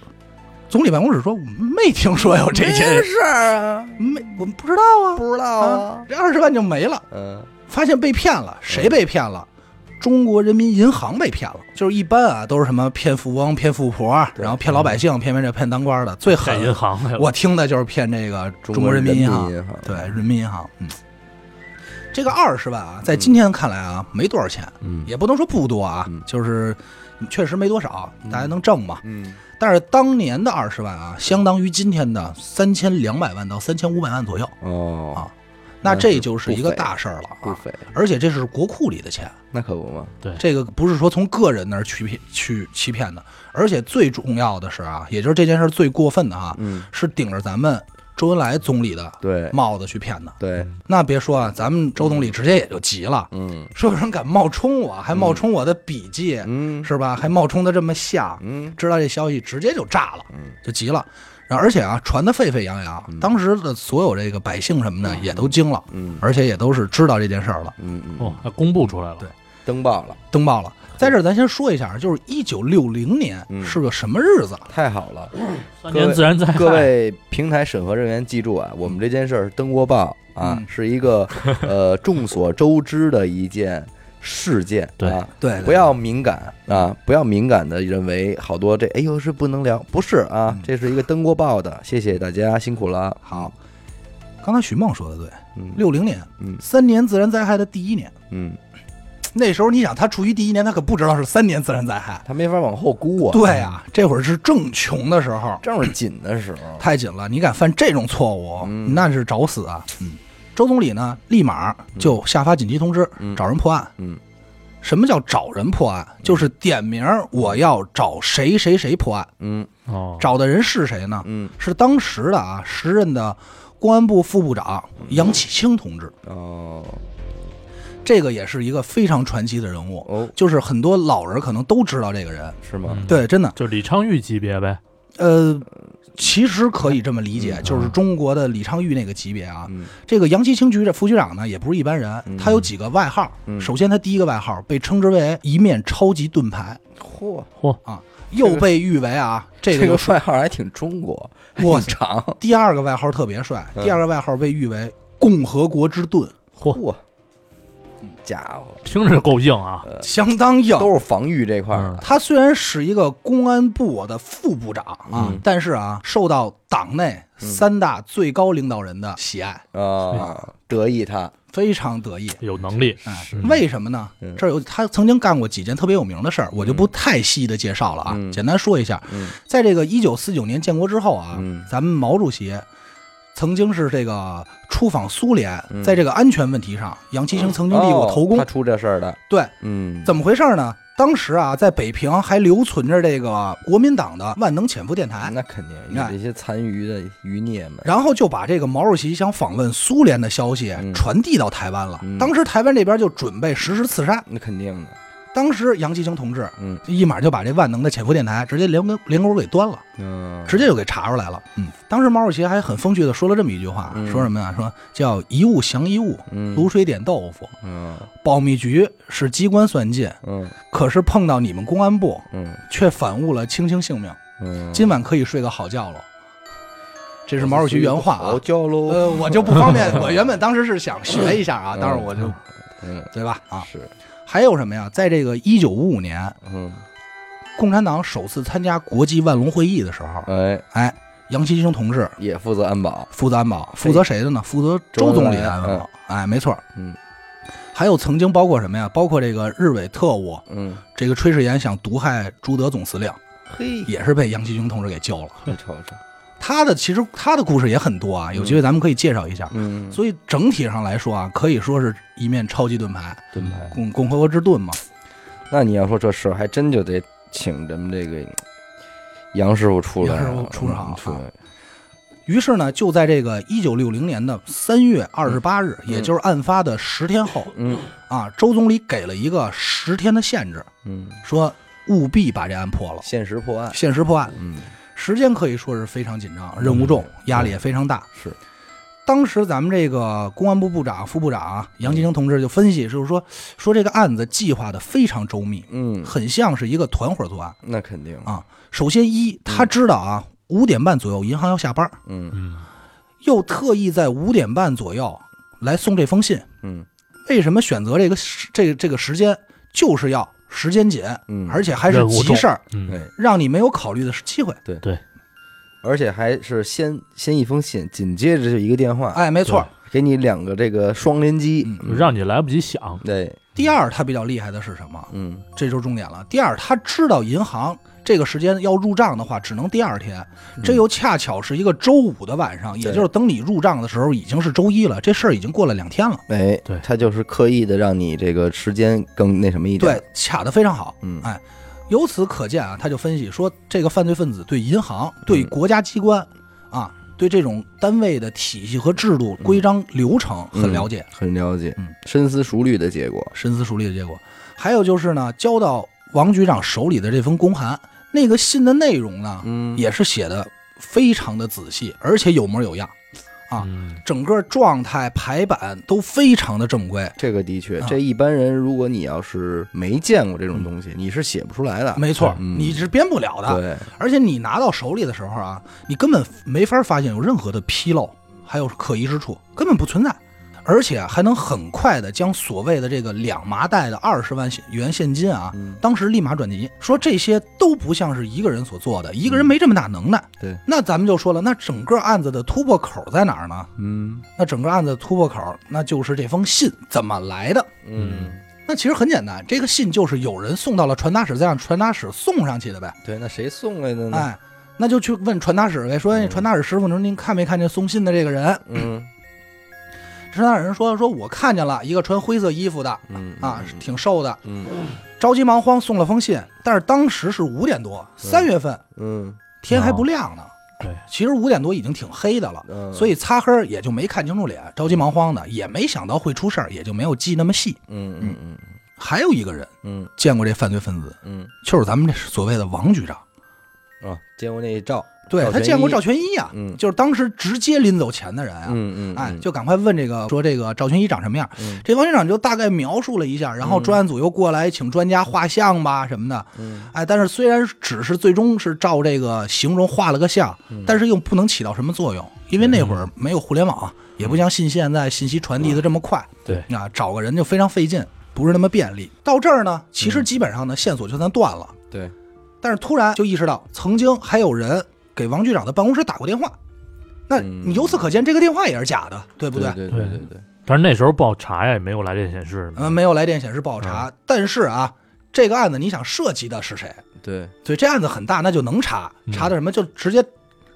S1: 总理办公室说我们没听说有这件事，
S3: 事儿啊，
S1: 没，我们不知道
S3: 不知道
S1: 啊，啊，，这二十万就没了，
S3: 嗯
S1: 发现被骗了，谁被骗了？中国人民银行被骗了，就是一般啊，都是什么骗富翁、骗富婆，
S3: 对
S1: 然后骗老百姓、骗骗这骗当官的，最
S2: 在
S1: 狠
S2: 银行来了，
S1: 我听的就是骗这个
S3: 中
S1: 中
S3: 国
S1: 国
S3: 人
S1: 人
S3: 民
S1: 民
S3: 银
S1: 银
S3: 行
S1: 行，对人民银行，嗯，这个二十万啊，在今天看来啊，没多少钱，
S3: 嗯
S1: 也不能说不多啊，
S3: 嗯
S1: 就是确实没多少，大家能挣嘛。
S3: 嗯，
S1: 但是当年的二十万啊，相当于今天的三千两百万到三千五百万左右，
S3: 哦
S1: 啊，那
S3: 那
S1: 这
S3: 是
S1: 就
S3: 不
S1: 是一个
S3: 菲
S1: 大事儿了
S3: 不
S1: 啊。
S3: 菲，
S1: 而且这是国库里的钱，
S3: 那可不嘛，
S1: 这个不是说从个人那儿去骗去欺骗的，而且最重要的是啊，也就是这件事儿最过分的啊，
S3: 嗯，
S1: 是顶着咱们周恩来总理的
S3: 对
S1: 帽子去骗的。
S3: 对，
S1: 那别说啊，咱们周总理直接也就急了，
S3: 嗯
S1: 说有人敢冒充我，还冒充我的笔记，
S3: 嗯
S1: 是吧？还冒充的这么像，
S3: 嗯
S1: 知道这消息直接就炸了
S3: 嗯，
S1: 就急了。然后而且啊，传的沸沸扬扬，当时的所有这个百姓什么的也都惊了，
S3: 嗯
S1: 而且也都是知道这件事儿了，
S3: 嗯
S2: 哦
S3: 嗯，，
S2: 还公布出来了，
S1: 对
S3: 登报了，
S1: 登报了。在这儿咱先说一下，啊就是一九六零年
S3: 嗯
S1: 是个什么日子？
S3: 太好了，
S2: 三年自然灾害，
S3: 各位平台审核人员记住啊，我们这件事儿登过报啊，
S1: 嗯
S3: 是 一个呃众所周知的一件事件
S2: 对
S3: 啊，
S1: 对，对
S3: 不要敏感啊，不要敏感的认为好多这哎呦是不能聊，不是啊
S1: 嗯，
S3: 这是一个登过报的，谢谢大家辛苦了。
S1: 好。刚才许梦说的对，
S3: 嗯，
S1: 六零年，
S3: 嗯
S1: 三年自然灾害的第一年，
S3: 嗯，
S1: 那时候你想，他处于第一年，他可不知道是三年自然灾害。
S3: 他没法往后估啊，
S1: 对啊，这会儿是正穷的时候，
S3: 正是紧的时候，
S1: 太紧了，你敢犯这种错误，
S3: 嗯
S1: 那是找死啊！嗯，周总理呢，立马就下发紧急通知，
S3: 嗯
S1: 找人破案。
S3: 嗯，
S1: 什么叫找人破案？就是点名儿，我要找谁谁谁破案。
S3: 嗯
S2: 哦，
S1: 找的人是谁呢？
S3: 嗯
S1: 是当时的啊，时任的公安部副部长
S3: 嗯
S1: 杨启清同志，
S3: 哦
S1: 这个也是一个非常传奇的人物。
S3: 哦，
S1: 就是很多老人可能都知道这个人，
S3: 是吗？
S2: 嗯
S1: 对，真的，
S2: 就李昌钰级别呗，
S1: 呃，其实可以这么理解，就是中国的李昌钰那个级别啊。
S3: 嗯
S1: 这个杨奇清局长副局长呢，也不是一般人，他有几个外号。
S3: 嗯
S1: 首先，他第一个外号被称之为“一面超级盾牌
S3: 嚯，”
S1: 啊，又被誉为 啊这
S3: 这
S1: 个
S3: 个
S1: 又是
S3: 帅号还挺中国，还挺
S1: 哇
S3: 长，
S1: 第二个外号特别帅，
S3: 嗯
S1: 第二个外号被誉为“共和国之盾
S3: 嚯，
S1: 嗯
S3: 家伙。
S2: 听着够硬啊，”，
S1: 相当硬。
S3: 嗯都是防御这块儿的。
S1: 他虽然是一个公安部的副部长啊，
S3: 嗯
S1: 但是啊，受到党内
S3: 嗯
S1: 三大最高领导人的喜爱，
S3: 啊，得意他，
S1: 非常得意。
S2: 有能力，
S1: 哎
S2: 是，
S1: 为什么呢
S3: 嗯？
S1: 这儿有他曾经干过几件特别有名的事儿，我就不太细的介绍了啊，
S3: 嗯
S1: 简单说一下。
S3: 嗯
S1: 在这个一九四九年建国之后啊，
S3: 嗯
S1: 咱们毛主席曾经是这个出访苏联，
S3: 嗯
S1: 在这个安全问题上，杨奇清曾经立过头功。
S3: 哦他出这事儿的，
S1: 对，
S3: 嗯，
S1: 怎么回事呢？当时啊，在北平还留存着这个国民党的万能潜伏电台，
S3: 那肯定，
S1: 你
S3: 有
S1: 看
S3: 这些残余的余孽们，
S1: 然后就把这个毛主席想访问苏联的消息
S3: 嗯
S1: 传递到台湾了。
S3: 嗯
S1: 当时台湾这边就准备实施刺杀，
S3: 那肯定的，
S1: 当时杨奇清同志
S3: 嗯
S1: 一马就把这万能的潜伏电台直接连根连根儿给端了，
S3: 嗯，
S1: 直接就给查出来了。嗯，当时毛主席还很风趣的说了这么一句话，
S3: 嗯
S1: 说什么呀？说叫一物降一物，
S3: 嗯
S1: 卤水点豆腐。
S3: 嗯
S1: 保密局是机关算尽，
S3: 嗯
S1: 可是碰到你们公安部，
S3: 嗯
S1: 却反误了卿卿性命。
S3: 嗯，
S1: 今晚可以睡个好觉喽。这是毛主席原话啊
S3: 好。叫喽，
S1: 呃，我就不方 便，我原本当时是想学一下啊，
S3: 嗯
S1: 当然我就
S3: 嗯
S1: 对吧？啊，
S3: 是，
S1: 还有什么呀？在这个一九五五年，
S3: 嗯，
S1: 共产党首次参加国际万隆会议的时候，
S3: 哎，
S1: 哎，杨奇清同志
S3: 也负责安保，
S1: 负责安保，负责谁的呢？负责周总理的安嗯
S3: 周恩来
S1: 保。哎，没错。
S3: 嗯。
S1: 还有曾经包括什么呀？包括这个日伪特务，
S3: 嗯，
S1: 这个炊事员想毒害朱德总司令，
S3: 嘿，
S1: 也是被杨奇雄同志给救了。
S3: 你瞅瞅，
S1: 他的其实他的故事也很多啊，有机会咱们可以介绍一下。
S3: 嗯，
S1: 所以整体上来说啊，可以说是一面超级盾牌，
S3: 盾牌。
S1: 共共和国之盾嘛。
S3: 嗯那你要说这事儿，还真就得请咱们这个杨师傅出来了，
S1: 杨师傅出场啊
S3: 嗯出来，
S1: 于是呢，就在这个一九六零年的三月二十八日，
S3: 嗯
S1: 也就是案发的十天后
S3: 嗯
S1: 啊，周总理给了一个十天的限制，
S3: 嗯，
S1: 说务必把这案破了，
S3: 限时破案，
S1: 限时破案。
S3: 嗯，
S1: 时间可以说是非常紧张，任务重，压力也非常大。
S3: 是，
S1: 当时咱们这个公安部部长、副部长啊杨继成同志就分析，就是说说这个案子计划的非常周密，
S3: 嗯，
S1: 很像是一个团伙作案。
S3: 那肯定，
S1: 啊首先一，他知道啊五点半左右银行要下班，
S3: 嗯
S2: 嗯，
S1: 又特意在五点半左右来送这封信。
S3: 嗯
S1: 为什么选择这个时这个、这个时间？就是要时间紧，
S3: 嗯，
S1: 而且还是
S2: 任务
S1: 急
S2: 重
S1: 事儿，
S2: 嗯，
S3: 哎，
S1: 让你没有考虑的机
S3: 嗯
S1: 会。
S3: 而且还是先先一封信，紧接着就一个电话，
S1: 哎，没错儿。
S3: 给你两个这个双连击，
S1: 嗯
S3: 嗯
S2: 让你来不及想，
S3: 对，
S1: 第二，他比较厉害的是什么？
S3: 嗯
S1: 这就是重点了。第二，他知道银行这个时间要入账的话，只能第二天，
S3: 嗯
S1: 这又恰巧是一个周五的晚上，也就是等你入账的时候已经是周一了，这事儿已经过了两天了。
S3: 哎，
S2: 对
S3: 他就是刻意的让你这个时间更那什么一点，
S1: 对，卡得非常好。
S3: 嗯
S1: 哎，由此可见啊，他就分析说，这个犯罪分子对银行、
S3: 嗯
S1: 对国家机关啊，对这种单位的体系和制
S3: 嗯
S1: 度、规章流程很了解，
S3: 很了解，
S1: 嗯
S3: 深思熟虑的结果，
S1: 深思熟虑的结果。还有就是呢，交到王局长手里的这封公函，那个信的内容呢，
S3: 嗯
S1: 也是写的非常的仔细，而且有模有样，啊
S2: 嗯，
S1: 整个状态排版都非常的正规。
S3: 这个的确，
S1: 啊嗯
S3: 这一般人如果你要是没见过这种东西，你是写不出来的，
S1: 没错，
S3: 嗯
S1: 你是编不了的。
S3: 对，
S1: 而且你拿到手里的时候啊，你根本没法发现有任何的纰漏，还有可疑之处，根本不存在。而且还能很快的将所谓的这个两麻袋的二十万元现金啊，
S3: 嗯
S1: 当时立马转移，说这些都不像是一个人所做的，一个人没这么大能耐。
S3: 嗯对，
S1: 那咱们就说了，那整个案子的突破口在哪儿呢？
S3: 嗯
S1: 那整个案子的突破口，那就是这封信怎么来的。
S3: 嗯，
S1: 那其实很简单，这个信就是有人送到了传达室，再让传达室送上去的呗。
S3: 对，那谁送来的呢？
S1: 哎，那就去问传达室呗，说哎传达室师傅，您您看没看见送信的这个人？
S3: 嗯
S1: 传达室人说说我看见了一个穿灰色衣服的
S3: 嗯
S1: 啊，挺瘦的，
S3: 嗯
S1: 着急忙慌送了封信，但是当时是五点多，三月份
S3: 嗯
S1: 天还不亮呢。
S2: 对，
S1: 其实五点多已经挺黑的了，
S3: 嗯，
S1: 所以擦黑儿也就没看清楚脸，着急忙慌的，也没想到会出事儿，也就没有记那么细。
S3: 嗯嗯嗯
S1: 还有一个人
S3: 嗯
S1: 见过这犯罪分子，
S3: 嗯
S1: 就是咱们这所谓的王局长，
S3: 嗯啊，见过那一照，
S1: 对
S3: 赵
S1: 他
S3: 全
S1: 见过
S3: 一
S1: 赵全一啊，
S3: 嗯
S1: 就是当时直接拎走钱的人啊。
S3: 嗯嗯，
S1: 哎，
S3: 嗯
S1: 就赶快问这个说这个赵群一长什么样？
S3: 嗯
S1: 这王局长就大概描述了一下，然后专案组又过来请专家画像吧什么的。
S3: 嗯
S1: 哎，但是虽然只是最终是照这个形容画了个像，
S3: 嗯
S1: 但是又不能起到什么作用，因为那会儿没有互联
S3: 嗯
S1: 网，也不像信现在信息传递的这么快。
S2: 对
S1: 啊，找个人就非常费劲，不是那么便利。到这儿呢，其
S3: 嗯
S1: 实基本上呢线索就算断了，
S3: 对，
S1: 但是突然就意识到曾经还有人给王局长的办公室打过电话。那
S3: 嗯
S1: 你由此可见，这个电话也是假的，对不
S3: 对对对对，
S2: 但是那时候不好查呀，也没有来电显示，
S1: 嗯，没有来电显示不好
S3: 嗯
S1: 查，但是啊，这个案子你想涉及的是谁？
S3: 对，
S1: 所以这案子很大，那就能查，
S2: 嗯
S1: 查的什么就直接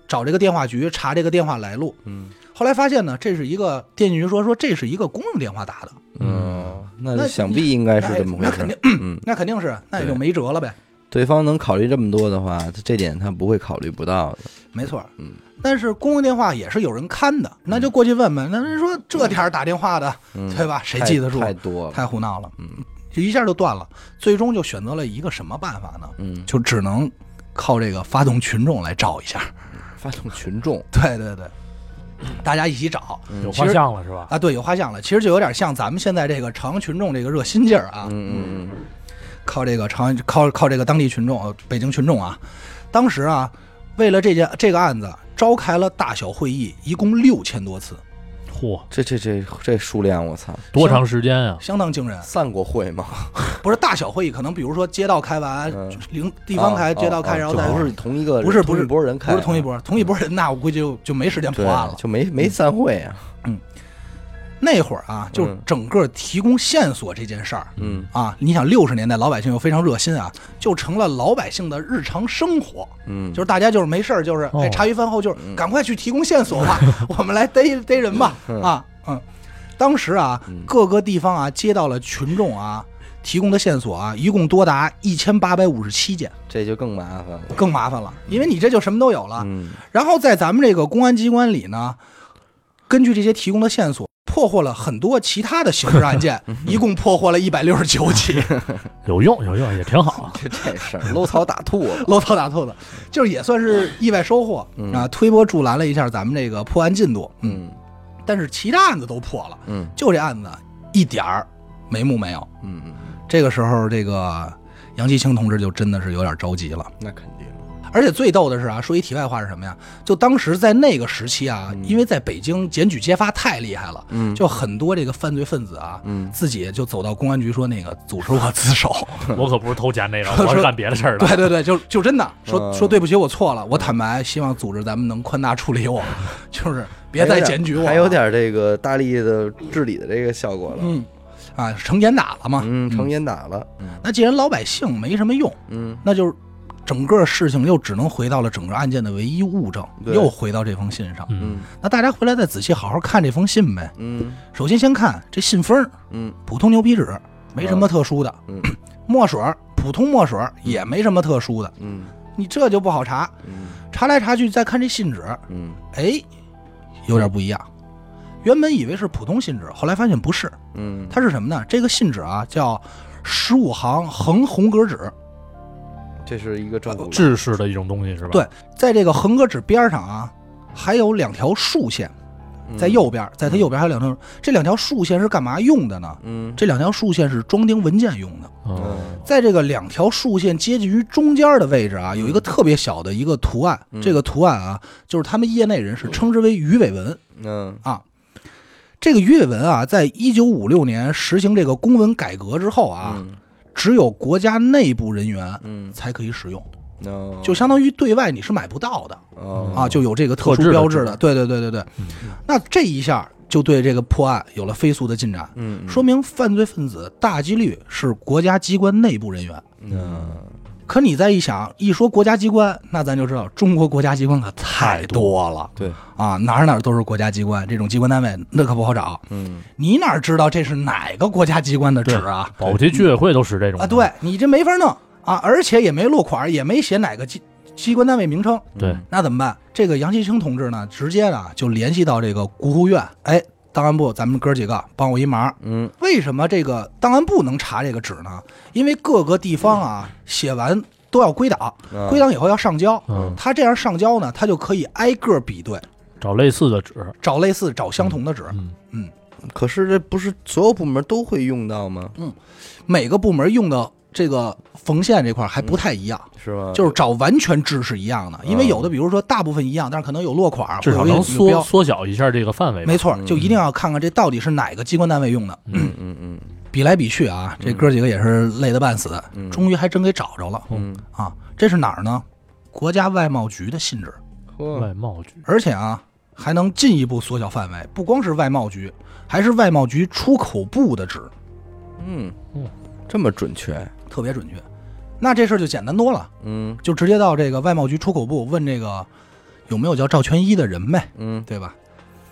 S1: 找这个电话局查这个电话来路。
S3: 嗯
S1: 后来发现呢，这是一个电信局说说这是一个公用电话打的，
S3: 嗯，那
S1: 那
S3: 想必应该是
S1: 哎
S3: 这么回
S1: 那
S3: 事
S1: 肯
S3: 儿
S1: 定，，
S3: 嗯，
S1: 那肯定是，那也就
S3: 对
S1: 没辙了呗。
S3: 对方能考虑这么多的话，这点他不会考虑不到的，
S1: 没错，
S3: 嗯，
S1: 但是公用电话也是有人看的，那就过去问问。那人说这点儿打电话的，
S3: 嗯
S1: 对吧？谁记得住？
S3: 太太多了，
S1: 太胡闹了，
S3: 嗯，
S1: 就一下就断了。最终就选择了一个什么办法呢？
S3: 嗯，
S1: 就只能靠这个发动群众来找一下。
S3: 发动群众，
S1: 对对对，大家一起找
S3: 嗯
S2: 有画像了是吧？
S1: 啊，对，有画像了。其实就有点像咱们现在这个朝阳群众这个热心劲儿啊，
S3: 嗯嗯
S1: 靠这个朝阳靠靠这个当地群众，呃北京群众啊，当时啊，为了这件这个案子，召开了大小会议，一共六千多次，
S2: 嚯，
S3: 这这这这数量，我操！
S2: 多长时间啊？
S1: 相当惊人。
S3: 散过会吗？
S1: 不是大小会议，可能比如说街道开完
S3: 嗯，
S1: 零 地方开，
S3: 啊
S1: 街道开，
S3: 啊
S1: 然后
S3: 就
S1: 再
S3: 不是同一个人，
S1: 不是不
S3: 同
S1: 是
S3: 一拨人开，嗯
S1: 不是同一，波，同一波人那我估计就就没时间破
S3: 对
S1: 案了，。
S3: 就没没散会啊。
S1: 那会儿啊，就
S3: 嗯
S1: 整个提供线索这件事儿
S3: 嗯
S1: 啊，你想六十年代老百姓又非常热心啊，就成了老百姓的日常生活。
S3: 嗯，
S1: 就是大家就是没事儿，就是
S2: 哦
S1: 哎茶余饭后就是赶快去提供线索 吧，我们来逮逮人吧
S3: 嗯
S1: 啊嗯，当时啊
S3: 嗯
S1: 各个地方啊接到了群众啊提供的线索啊，一共多达一千八百五十七件，
S3: 这就更麻烦了。
S1: 更麻烦了，因为你这就什么都有了。
S3: 嗯
S1: 然后在咱们这个公安机关里呢，根据这些提供的线索。破获了很多其他的刑事案 件，
S3: 嗯
S1: 一共破获了一百六十九起，
S2: 有用有用也挺好啊。
S3: 这这事儿搂草打兔了。
S1: 搂草打兔子，就是也算是意外收获
S3: 嗯
S1: 啊，推波助澜了一下咱们这个破案进度。
S3: 嗯
S1: 但是其他案子都破了，
S3: 嗯
S1: 就这案子一点儿眉目没有。
S3: 嗯嗯，
S1: 这个时候，这个杨继清同志就真的是有点着急了。
S3: 那肯定。
S1: 而且最逗的是啊，说一题外话是什么呀？就当时在那个时期啊，
S3: 嗯
S1: 因为在北京检举揭发太厉害了，
S3: 嗯
S1: 就很多这个犯罪分子啊，
S3: 嗯
S1: 自己就走到公安局说那个组织我自 首。
S2: 我可不是偷捡那个，
S1: 说
S2: 我是干别的事儿的。
S1: 对对对，就就真的说
S3: 嗯
S1: 说对不起，我错了，我坦白，希望组织咱们能宽大处理 我，就是别再检举我了，
S3: 还有点这个大力的治理的这个效果了。
S1: 嗯啊，成严打了嘛，
S3: 嗯，成严打了。嗯
S1: 那既然老百姓没什么用，
S3: 嗯，
S1: 那就是整个事情又只能回到了整个案件的唯一物证，
S3: 对
S1: 又回到这封信上。
S2: 嗯，
S1: 那大家回来再仔细好好看这封信呗。
S3: 嗯
S1: 首先先看这信封儿，
S3: 嗯
S1: 普通牛皮纸，没什么特殊的。
S3: 嗯
S1: 墨水儿，普通墨水儿也没什么特殊的。
S3: 嗯
S1: 你这就不好查，
S3: 嗯
S1: 查来查去再看这信纸，
S3: 嗯
S1: 哎，有点不一样。原本以为是普通信纸，后来发现不是，
S3: 嗯，
S1: 它是什么呢？这个信纸啊叫十五行横红格纸，
S3: 这是一个政
S1: 呃
S3: 府
S2: 制式的一种东西是吧？
S1: 对在这个横格纸边上啊，还有两条竖线，
S3: 嗯
S1: 在右边，在它右边还有两条。这两条竖线是干嘛用的呢？
S3: 嗯
S1: 这两条竖线是装订文件用的。
S2: 嗯，
S1: 在这个哦两条竖线接近于中间的位置啊，有一个特别小的一个图案。
S3: 嗯
S1: 这个图案啊，就是他们业内人士称之为鱼尾纹
S3: 嗯
S1: 啊。这个鱼尾纹啊，在一九五六年实行这个公文改革之后啊，只有国家内部人员
S3: 嗯
S1: 才可以使用，
S3: 嗯，
S1: 就相当于对外你是买不到的。啊，
S3: 啊
S1: 就有这个特
S2: 特
S1: 殊
S2: 制的
S1: 标
S2: 制
S1: 志的，
S2: 的
S1: 对对对对对。那这一下就对这个破案有了飞速的进展，
S3: 嗯
S1: 说明犯罪分子大几率是国家机关内部人员。
S3: 嗯
S1: 可你再一想，一说国家机关，那咱就知道中国国家机关可太多了
S3: 对
S1: 啊，哪儿哪儿都是国家机关，这种机关单位那可不好找。
S3: 嗯
S1: 你哪知道这是哪个国家机关的纸啊？
S2: 保洁居委会都使这种
S1: 啊，对你这没法弄啊，而且也没落款，也没写哪个机机关单位名称。
S2: 对，
S1: 那怎么办？这个杨继清同志呢，直接呢就联系到这个国务院，哎，档案部，咱们哥几个帮我一忙。
S3: 嗯
S1: 为什么这个档案部能查这个纸呢？因为各个地方啊，写完都要归档，
S3: 啊
S1: 归档以后要上交。
S2: 嗯，
S1: 他这样上交呢，他就可以挨个比对，
S2: 找类似的纸，
S1: 找类似、找相同的纸。
S2: 嗯，
S3: 可是这不是所有部门都会用到吗？
S1: 嗯每个部门用的这个缝线这块还不太一样，
S3: 是吗？
S1: 就是找完全制是一样的。因为
S3: 嗯
S1: 有的，比如说大部分一样，但是可能有落款，
S2: 至少
S1: 会有
S2: 能
S1: 一有标
S2: 缩缩小一下这个范围吧。
S1: 没错，就一定要看看这到底是哪个机关单位用的。
S3: 嗯嗯嗯
S1: 比来比去啊，这哥几个也是累得半死，
S3: 嗯
S1: 终于还真给找着了
S3: 嗯
S1: 啊！这是哪儿呢？国家外贸局的信纸，
S3: 嚯
S2: 外贸局，
S1: 而且啊，还能进一步缩小范围，不光是外贸局，还是外贸局出口部的纸，
S3: 嗯这么准确
S1: 特别准确。那这事儿就简单多了，
S3: 嗯
S1: 就直接到这个外贸局出口部问这个有没有叫赵全一的人呗，
S3: 嗯，
S1: 对吧？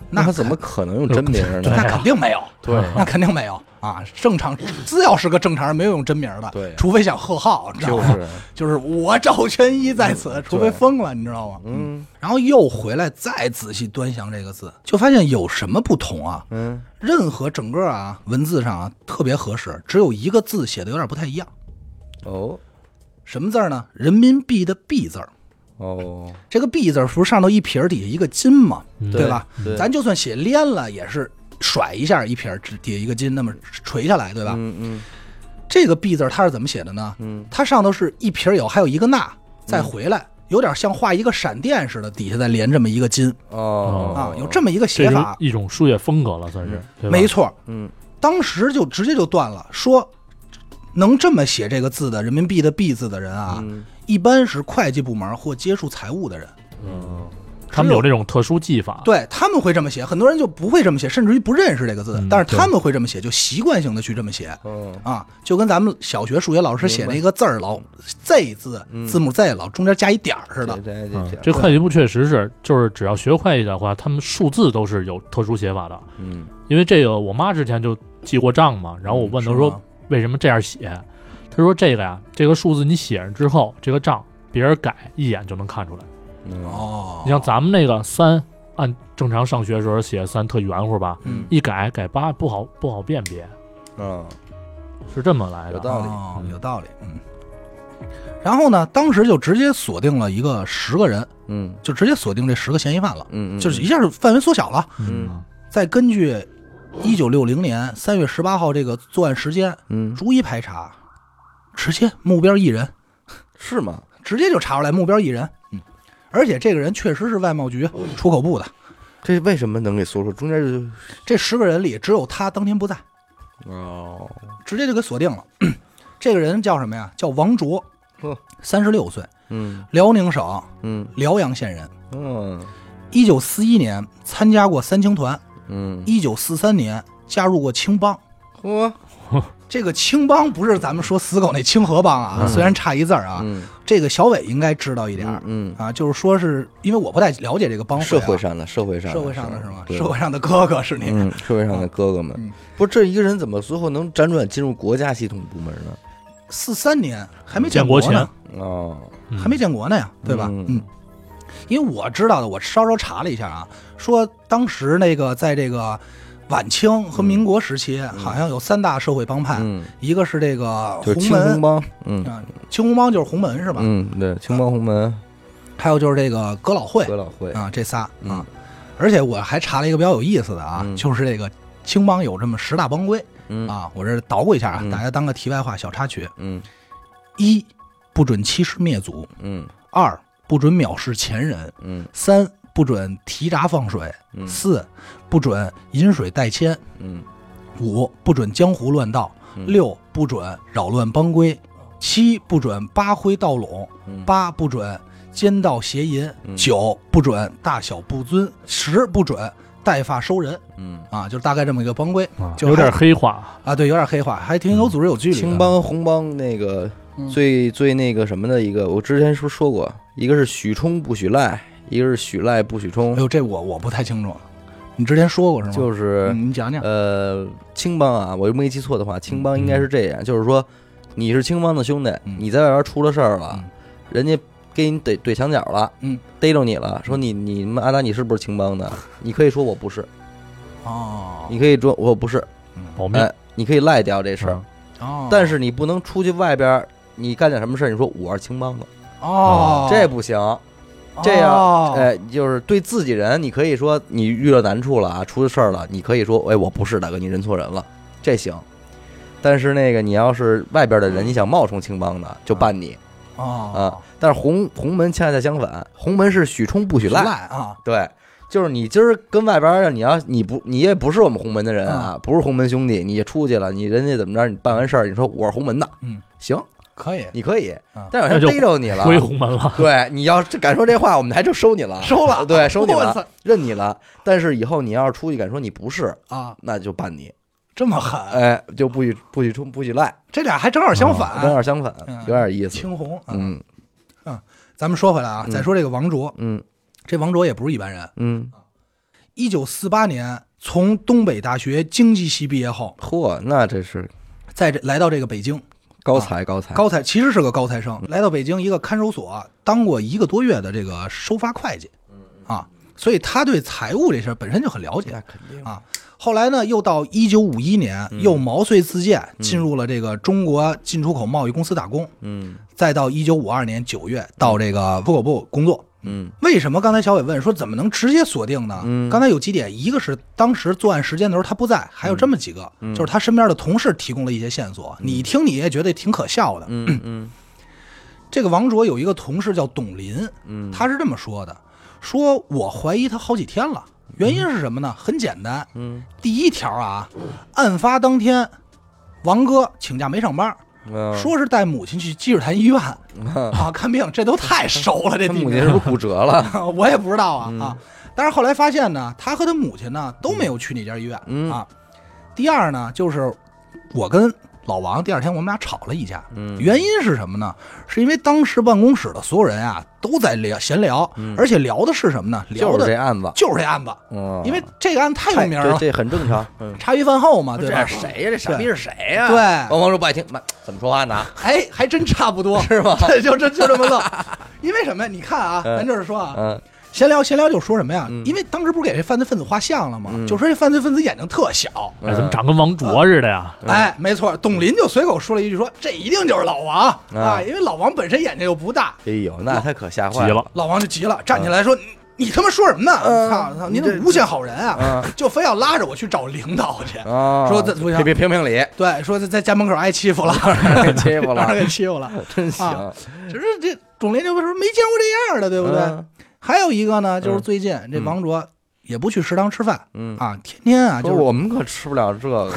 S3: 那
S1: 那
S3: 他怎么可能用真名呢？
S1: 那肯定没有，
S2: 对
S1: 那肯定没有啊！正常，只要是个正常人，没有用真名的，
S3: 对
S1: 除非想贺号，你知道
S3: 就
S1: 吗？
S3: 是
S1: 就是我赵全一在此，除非疯了，你知道吗？
S3: 嗯
S1: 然后又回来再仔细端详这个字，就发现有什么不同啊？
S3: 嗯
S1: 任何整个啊文字上啊特别合适，只有一个字写的有点不太一样。
S3: 哦
S1: 什么字儿呢？人民币的币字儿，
S3: 哦
S1: 这个币字儿不是上头一撇儿底下一个金吗？
S2: 嗯
S1: 对吧？
S3: 对
S1: 咱就算写连了，也是甩一下一撇儿底下一个金，那么垂下来，对吧？
S3: 嗯嗯
S1: 这个币字儿它是怎么写的呢？
S3: 嗯，
S1: 它上头是一撇儿有，还有一个捺，再回来，有点像画一个闪电似的，底下再连这么一个金
S3: 哦
S1: 啊，有这么一个
S2: 这
S1: 写
S2: 是
S1: 法，
S2: 一种术业风格了，算是对吧
S1: 没错。
S3: 嗯
S1: 当时就直接就断了，说能这么写这个字的人民币的币字的人啊，
S3: 嗯
S1: 一般是会计部门或接触财务的人。
S3: 嗯
S2: 他们有这种特殊技
S3: 啊
S2: 法，
S1: 对嗯他们会这么写，很多人就不会这么写，甚至于不认识这个字，
S2: 嗯
S1: 但是他们会这么写，就习惯性的去这么写
S3: 嗯，
S1: 啊，就跟咱们小学数学老师写那个字儿老 Z 字
S3: 嗯
S1: 字母 Z 老中间加一点儿啊似的，
S3: 这
S2: 嗯
S3: 这，
S2: 这会计部确实是，就是只要学会计的话，他们数字都是有特殊写法的。
S3: 嗯，
S2: 因为这个，我妈之前就记过账嘛，然后我问
S1: 嗯
S2: 她
S1: 是
S2: 说
S1: 吗
S2: 为什么这样写，她说这个呀，这个数字你写上之后，这个账别人改一眼就能看出来。
S3: 嗯
S1: 哦，
S2: 你像咱们那个三，按正常上学的时候写三特圆乎吧，
S1: 嗯
S2: 一改改八不好不好辨别，
S3: 嗯，
S2: 是这么来
S3: 有
S2: 的。
S3: 道理
S1: 哦
S3: 嗯
S1: 有道理，嗯。然后呢，当时就直接锁定了一个十个人，
S3: 嗯
S1: 就直接锁定这十个嫌疑犯了，
S3: 嗯，
S1: 就是一下就范围缩小了。
S3: 嗯
S1: 再根据一九六零年三月十八号这个作案时间
S3: 嗯，
S1: 逐一排查，直接目标一人，
S3: 是吗？
S1: 直接就查出来目标一人。嗯，而且这个人确实是外贸局出口部的。
S3: 这为什么能给说出？中间就
S1: 这十个人里只有他当天不在，
S3: 哦，
S1: 直接就给锁定了。 这个人叫什么呀？叫王卓
S3: 呵，
S1: 三十六岁，
S3: 嗯
S1: 辽宁省
S3: 嗯
S1: 辽阳县人。
S3: 嗯
S1: 一九四一年参加过三青团，
S3: 嗯，
S1: 一九四三年加入过青帮。
S3: 嚯，
S1: 这个青帮不是咱们说死狗那清河帮啊，
S3: 嗯
S1: 虽然差一字儿啊，
S3: 嗯
S1: 这个小伟应该知道一点儿、
S3: 嗯，
S1: 啊，就是说是因为我不太了解这个帮会、啊，
S3: 社会上的社会上
S1: 社会上的啊是吗？
S3: 对
S1: 社会上的哥哥是你，
S3: 嗯，社会上的哥哥们
S1: 嗯，
S3: 不，这一个人怎么最后能辗转进入国家系统部门呢？
S1: 四三年还没
S2: 建
S1: 国
S2: 国
S1: 呢，
S2: 前
S3: 哦，
S2: 嗯
S1: 还没建国呢呀，对吧？
S3: 嗯
S1: 嗯，因为我知道的，我稍稍查了一下啊，说当时那个在这个晚清和民国时期，好像有三大社会帮派，
S3: 嗯，
S1: 一个是这个
S3: 就是
S1: 啊红
S3: 青红
S1: 门，
S3: 帮，嗯
S1: 啊，青红帮就是红门是吧？
S3: 嗯，对，青帮红门
S1: 还有就是这个哥老会
S3: 哥老会，
S1: 啊，这仨啊。
S3: 嗯
S1: 而且我还查了一个比较有意思的啊，
S3: 嗯
S1: 就是这个青帮有这么十大帮规
S3: 嗯
S1: 啊，我这捣鼓一下啊，
S3: 嗯
S1: 大家当个题外话小插曲：
S3: 嗯
S1: 一不准欺师灭祖，
S3: 嗯
S1: 二不准藐视前人，
S3: 嗯
S1: 三不准提闸放水，
S3: 嗯
S1: 四不准饮水代铅，
S3: 嗯
S1: 五不准江湖乱道，
S3: 嗯
S1: 六不准扰乱帮规，七不准扒灰盗垄，
S3: 嗯
S1: 八不准奸盗邪淫，
S3: 嗯
S1: 九不准大小不尊，十不准带发收人
S3: 嗯，
S1: 啊，就是大概这么一个帮规
S2: 啊，
S1: 就
S2: 有点
S1: 还
S2: 黑化，
S1: 啊，对，有点黑化，还挺有组织有纪律的。
S3: 嗯青帮红帮那个
S1: 嗯
S3: 最最那个什么的一个，我之前说说过，一个是许冲不许赖，一个是许赖不许冲
S1: 哎，呦，这我我不太清楚，你之前说过是吗？
S3: 就是
S1: 嗯你讲讲，
S3: 呃，青帮啊，我又没记错的话，青帮应该是这样，就是说你是青帮的兄弟，
S1: 嗯
S3: 你在外边出了事儿了，
S1: 嗯
S3: 人家给你怼怼墙角了，
S1: 嗯，
S3: 逮着你了，说你你们阿达你是不是 青帮的？你可以说我不是，呃
S1: 哦
S3: 你可以说我不是，
S2: 保密
S1: 嗯
S3: 哎、你可以赖掉这事儿，
S2: 嗯
S1: 哦，
S3: 但是你不能出去外边儿，你干点什么事儿，你说我是青帮的，
S1: 哦，
S3: 这不行。这样
S1: 哦
S3: 哎，就是对自己人，你可以说你遇到难处了啊，出了事儿了，你可以说，哎，我不是大哥，你认错人了，这行。但是那个你要是外边的人，你想冒充青帮的，就办你啊
S1: 哦。
S3: 但是红红门恰恰相反，红门是许冲不许
S1: 许
S3: 赖，
S1: 赖啊，
S3: 对，就是你今儿跟外边儿的，你要你不你也不是我们红门的人啊，不是红门兄弟，你出去了，你人家怎么着，你办完事儿，你说我是红门的，
S1: 嗯，
S3: 行，
S1: 可以
S3: 你可以
S1: 啊，
S3: 但是
S2: 那就
S3: 人逮着你了，
S2: 归红门了。
S3: 对，你要是敢说这话，我们还就收你了，
S1: 收了
S3: 对，收你
S1: 我操
S3: 了，认你了。但是以后你要是出去敢说你不是，
S1: 啊，
S3: 那就办你，
S1: 这么狠，
S3: 哎，就不许不许冲，不许赖，
S1: 这俩还正好啊相反，
S3: 跟二相反
S1: 嗯，
S3: 有点意思。
S1: 青红。啊，
S3: 哦嗯
S1: 咱们说回来啊，再说这个王卓，
S3: 嗯
S1: 这王卓也不是一般人。
S3: 嗯，
S1: 一九四八年从东北大学经济系毕业后，
S3: 嚯，那这是
S1: 在这来到这个北京，
S3: 高才高才，
S1: 高材其实是个高材
S3: 嗯
S1: 生，来到北京一个看守所当过一个多月的这个收发会计，
S3: 嗯
S1: 啊，所以他对财务这事儿本身就很了解
S3: 那。肯定
S1: 啊。后来呢，又到一九五一年，
S3: 嗯
S1: 又毛遂自荐进入了这个中国进出口贸易公司打工，
S3: 嗯
S1: 再到一九五二年九月到这个出口部工作。
S3: 嗯
S1: 为什么刚才小伟问说怎么能直接锁定呢？
S3: 嗯
S1: 刚才有几点，一个是当时作案时间的时候他不在，
S3: 嗯
S1: 还有这么几个，就是他身边的同事提供了一些线索，你一听你也觉得挺可笑的。
S3: 嗯嗯
S1: 这个王卓有一个同事叫董林，
S3: 嗯
S1: 他是这么说的：说我怀疑他好几天了，原因是什么呢？很简单，
S3: 嗯
S1: 第一条啊，案发当天，王哥请假没上班，
S3: 嗯
S1: 说是带母亲去积水潭医院
S3: 嗯
S1: 啊看病，这都太熟了，这
S3: 他
S1: 地
S3: 母
S1: 名
S3: 亲是不是骨折了？
S1: 我也不知道啊、
S3: 嗯
S1: 啊！但是后来发现呢，他和他母亲呢都没有去那家医院、
S3: 嗯
S1: 啊。第二呢，就是我跟老王第二天我们俩吵了一架，
S3: 嗯
S1: 原因是什么呢？是因为当时办公室的所有人啊都在聊闲聊，
S3: 嗯
S1: 而且聊的是什么呢？ 聊
S3: 就是
S1: 的
S3: 这案子，
S1: 就是这案子，
S3: 嗯，
S1: 因为这个案子太有名
S3: 这
S1: 了，
S3: 这很正常。嗯，
S1: 茶余饭后嘛，对吧？
S3: 呀？这
S1: 傻逼
S3: 是谁啊呀
S1: 对，
S3: 王王说不爱听，妈怎么说话呢？
S1: 哎，还真差不多，
S3: 是吗？
S1: 对，就这就 这么弄。因为什么呀？你看啊，
S3: 嗯
S1: 咱就是说啊，
S3: 嗯
S1: 闲聊闲聊就说什么呀？
S3: 嗯
S1: 因为当时不是给这犯罪分子画像了吗？
S3: 嗯
S1: 就说这犯罪分子眼睛特小。
S2: 哎，怎么长跟王卓似的呀？
S3: 嗯
S1: 哎，没错，董林就随口说了一句说：“这一定就是老王啊，
S3: 啊
S1: 因为老王本身眼睛又不大。
S3: 哎呦，那他可吓
S2: 急
S3: 坏。
S2: 了，”
S1: 老王就急了，站起来说：“你你他妈说什么呢？
S3: 嗯
S1: 操操，
S3: 你
S1: 您这
S3: 这
S1: 诬陷好人啊
S3: 嗯！
S1: 就非要拉着我去找领导去，
S3: 啊！
S1: 说这不行
S3: 别别评评理，
S1: 对，说在在家门口挨欺 负了，
S3: 给欺负
S1: 让人
S3: 了，
S1: 给欺负了。
S3: 真行
S1: 啊。只是这董林就说没见过这样的，对不对？
S3: 嗯
S1: 还有一个呢，就是
S3: 嗯
S1: 最近这王卓也不去食堂吃饭
S3: 嗯，
S1: 啊，天天啊
S3: 说
S1: 就是
S3: 我们可吃不了 这个，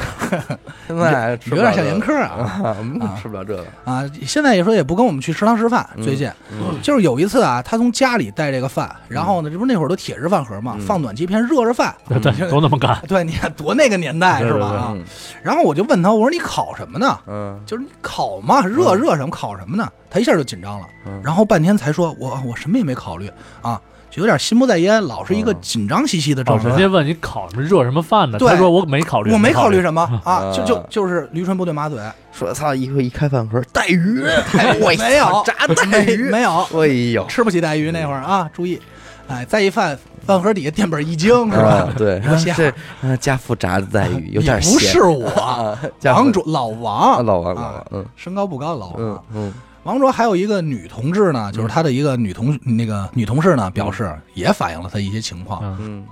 S3: 现在吃不
S1: 有
S3: 了
S1: 点像
S3: 这个
S1: 严苛啊
S3: 啊，我们可
S1: 啊
S3: 吃不了这个。
S1: 啊！现在也说也不跟我们去食堂吃饭，
S3: 嗯
S1: 最近
S3: 嗯
S1: 就是有一次啊，他从家里带这个饭，然后呢，这不是那会儿都铁制饭盒嘛，
S3: 嗯
S1: 放暖气片热着 饭。
S2: 对 对，都那么干，
S1: 对，你看多那个年代
S2: 对
S1: 是
S2: 对
S1: 吧？
S2: 对
S1: 啊
S3: 嗯
S1: 然后我就问他，我说你烤什么呢？
S3: 嗯
S1: 就是你烤嘛，热
S3: 嗯
S1: 热什么烤什么呢？他一下就紧张了，
S3: 嗯
S1: 然后半天才说，我我什么也没考虑啊，就有点心不在焉，老是一个
S3: 嗯
S1: 紧张兮兮的
S2: 哦，
S1: 状态。
S2: 人家问你烤什么热什么饭呢？
S1: 对
S2: 他说我没考虑，
S1: 我没考
S2: 考
S1: 虑什么啊，
S3: 嗯
S1: 就就就是驴唇不对马 嘴，哎
S3: 说操，一会一开饭盒，带鱼，哎我
S1: 没有
S3: 炸带
S1: 没
S3: 鱼，
S1: 没有
S3: 哎呦，
S1: 吃不起带鱼那会儿啊，注意，哎，再一饭饭盒底下垫本一惊是吧
S3: 啊？，对，
S1: 我吓
S3: 这啊家父炸的带鱼有
S1: 你
S3: 点
S1: 不
S3: 咸
S1: 是我，
S3: 啊，家父
S1: 王卓老
S3: 啊
S1: 王，
S3: 老王老
S1: 啊
S3: 王，嗯
S1: 身高不高老王
S3: 嗯。嗯，
S1: 王卓还有一个女同志呢，就是他的一个女同那个女同事呢，表示也反映了他一些情况，
S2: 嗯，
S3: 嗯，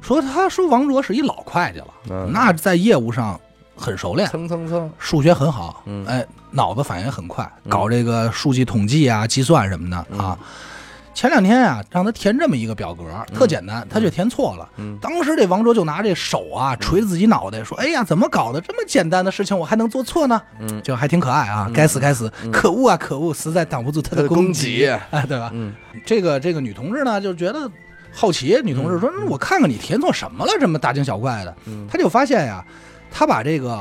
S1: 说他说王卓是一老会计了，
S3: 嗯
S1: 那在业务上很熟练，
S3: 蹭蹭蹭，
S1: 数学很好，
S3: 嗯
S1: 哎，脑子反应很快，
S3: 嗯
S1: 搞这个数据统计啊、计算什么的、
S3: 嗯
S1: 啊。前两天啊，让他填这么一个表格，特简单，他却填错了。
S3: 嗯
S1: 当时这王卓就拿这手啊捶着自己脑袋，说：“哎呀，怎么搞的？这么简单的事情我还能做错呢？”
S3: 嗯
S1: 就还挺可爱啊！该死该死，可恶啊可恶，实在挡不住他
S3: 他
S1: 的
S3: 的
S1: 攻
S3: 攻击
S1: 击，哎， 对吧？
S3: 嗯
S1: 这个这个女同志呢，就觉得好奇，女同志说：“那我看看你填错什么了，这么大惊小怪的。”
S3: 嗯，
S1: 他就发现呀，他把这个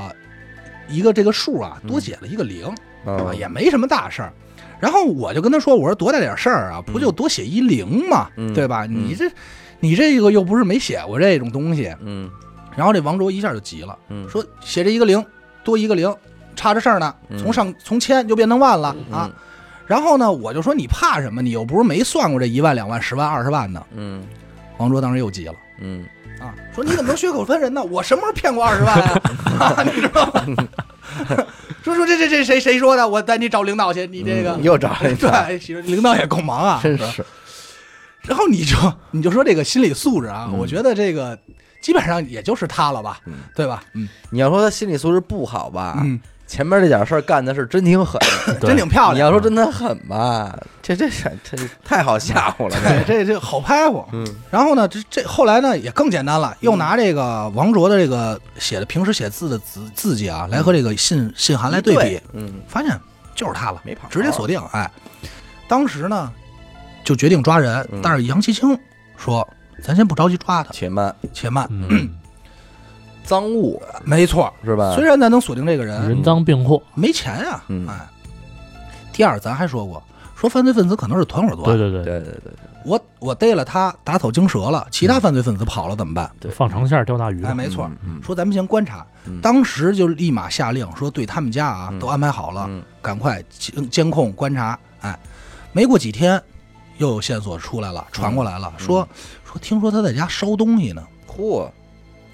S1: 一个这个数啊
S3: 嗯
S1: 多写了一个零，啊，
S3: 啊
S1: 也没什么大事儿。然后我就跟他说：“我说多大点事儿啊，不就多写一零嘛，
S3: 嗯
S1: 对吧？
S3: 嗯
S1: 你这你这个又不是没写过这种东西。
S3: 嗯”
S1: 然后这王卓一下就急了，
S3: 嗯
S1: 说：“写这一个零，多一个零，差着事儿呢，
S3: 嗯
S1: 从上从千就变成万了啊。”然后呢，我就说：“你怕什么？你又不是没算过这一万、两万、十万、二十万呢。
S3: 嗯”
S1: 王卓当时又急了。
S3: 嗯
S1: 啊，说你怎么能血口喷人呢？我什么时候骗过二十万啊？ 啊 你知道吗？说说这这这谁谁说的？我带你找领导去，你这个、
S3: 嗯又找 了一个
S1: 对，其实领导也够忙啊，
S3: 真
S1: 吧
S3: 是
S1: 然后你就你就说这个心理素质
S3: 嗯
S1: 啊，我觉得这个基本上也就是他了吧，对吧？嗯，
S3: 你要说他心理素质不好吧，
S1: 嗯
S3: 前面这点事儿干的是真挺狠，
S2: 对
S1: 真挺漂
S3: 你
S1: 亮。
S3: 要说真的狠吧，这这这这太好吓
S1: 对
S3: 唬了，，
S1: 哎这这好拍乎。
S3: 嗯
S1: 然后呢，这这后来呢也更简单了，又拿这个王卓的这个写的平时写字的字字迹啊，来和这个信信函来对比，
S3: 嗯
S1: 发现就是他了，
S3: 没跑
S1: 直接锁定。哎，当时呢就决定抓人，
S3: 嗯
S1: 但是杨其清说：“咱先不着急抓他，
S3: 且慢，
S1: 且慢。
S2: 嗯，
S3: 赃物”啊
S1: 没错，
S3: 是吧？
S1: 虽然咱能锁定这个人，
S2: 人赃并获，
S1: 没钱呀、
S3: 哎嗯
S1: 哎，第二，咱还说过，说犯罪分子可能是团伙作
S2: 对
S1: 案，
S2: 对对，
S3: 嗯对对对
S1: 我我逮了他，打草惊蛇了，其他犯罪分子跑了怎么办？
S3: 对
S2: 放长线钓大鱼
S1: 哎，
S2: 嘛，
S1: 没错，
S3: 嗯嗯嗯
S1: 说咱们先观察。
S3: 嗯
S1: 当时就立马下令说，对他们家啊、
S3: 嗯
S1: 都安排好了，
S3: 嗯
S1: 赶快监监控观察。哎，没过几天，又有线索出来
S3: 嗯
S1: 了，传过来了，说说听说他在家烧东西呢，
S3: 嚯，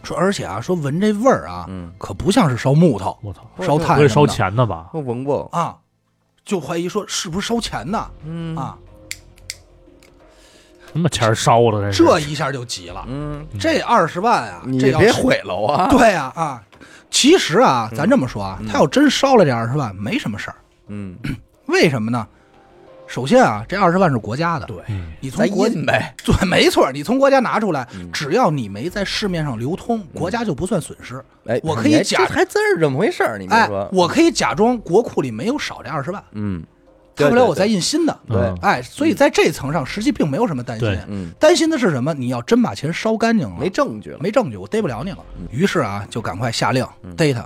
S1: 说而且啊，说闻这味儿啊，
S3: 啊嗯，
S1: 可不像是烧木头、
S2: 我操，
S1: 烧
S2: 不
S1: 炭
S2: 会
S1: 什么
S2: 烧
S1: 的
S2: 钱的吧？
S3: 我闻过，
S1: 啊，就怀疑说是不是烧钱呢？
S3: 嗯，
S1: 啊，
S2: 什么钱儿烧的这是？
S1: 这一下就急了，
S3: 嗯，
S1: 这二十万啊，
S3: 你
S1: 这要
S3: 别
S1: 是
S3: 毁了我啊，
S1: 对呀啊其实啊，咱这么说啊，
S3: 嗯
S1: 他要真烧了这二十万，没什么事儿。
S3: 嗯
S1: 为什么呢？首先啊，这二十万是国家的，
S6: 对
S2: 嗯
S1: 你从
S6: 咱
S1: 国
S6: 印呗，
S1: 对，没错，你从国家拿出来
S3: 嗯，
S1: 只要你没在市面上流通，国家就不算损失。
S3: 哎，
S1: 我可以
S3: 哎
S1: 假
S3: 这还真是这么回事儿，你别
S1: 哎
S3: 说，，
S1: 我可以假装国库里没有少这二十万，
S3: 嗯，
S1: 大
S3: 对
S1: 不了我
S3: 对
S1: 再印新的。
S3: 对
S2: 嗯
S1: 哎，所以在这层上，实际并没有什么担心
S2: 对。
S3: 嗯，
S1: 担心的是什么？你要真把钱烧干净了，
S3: 没证嗯据了，
S1: 没证据，我逮不了你了。于是啊，就赶快下令
S3: 嗯
S1: 逮他。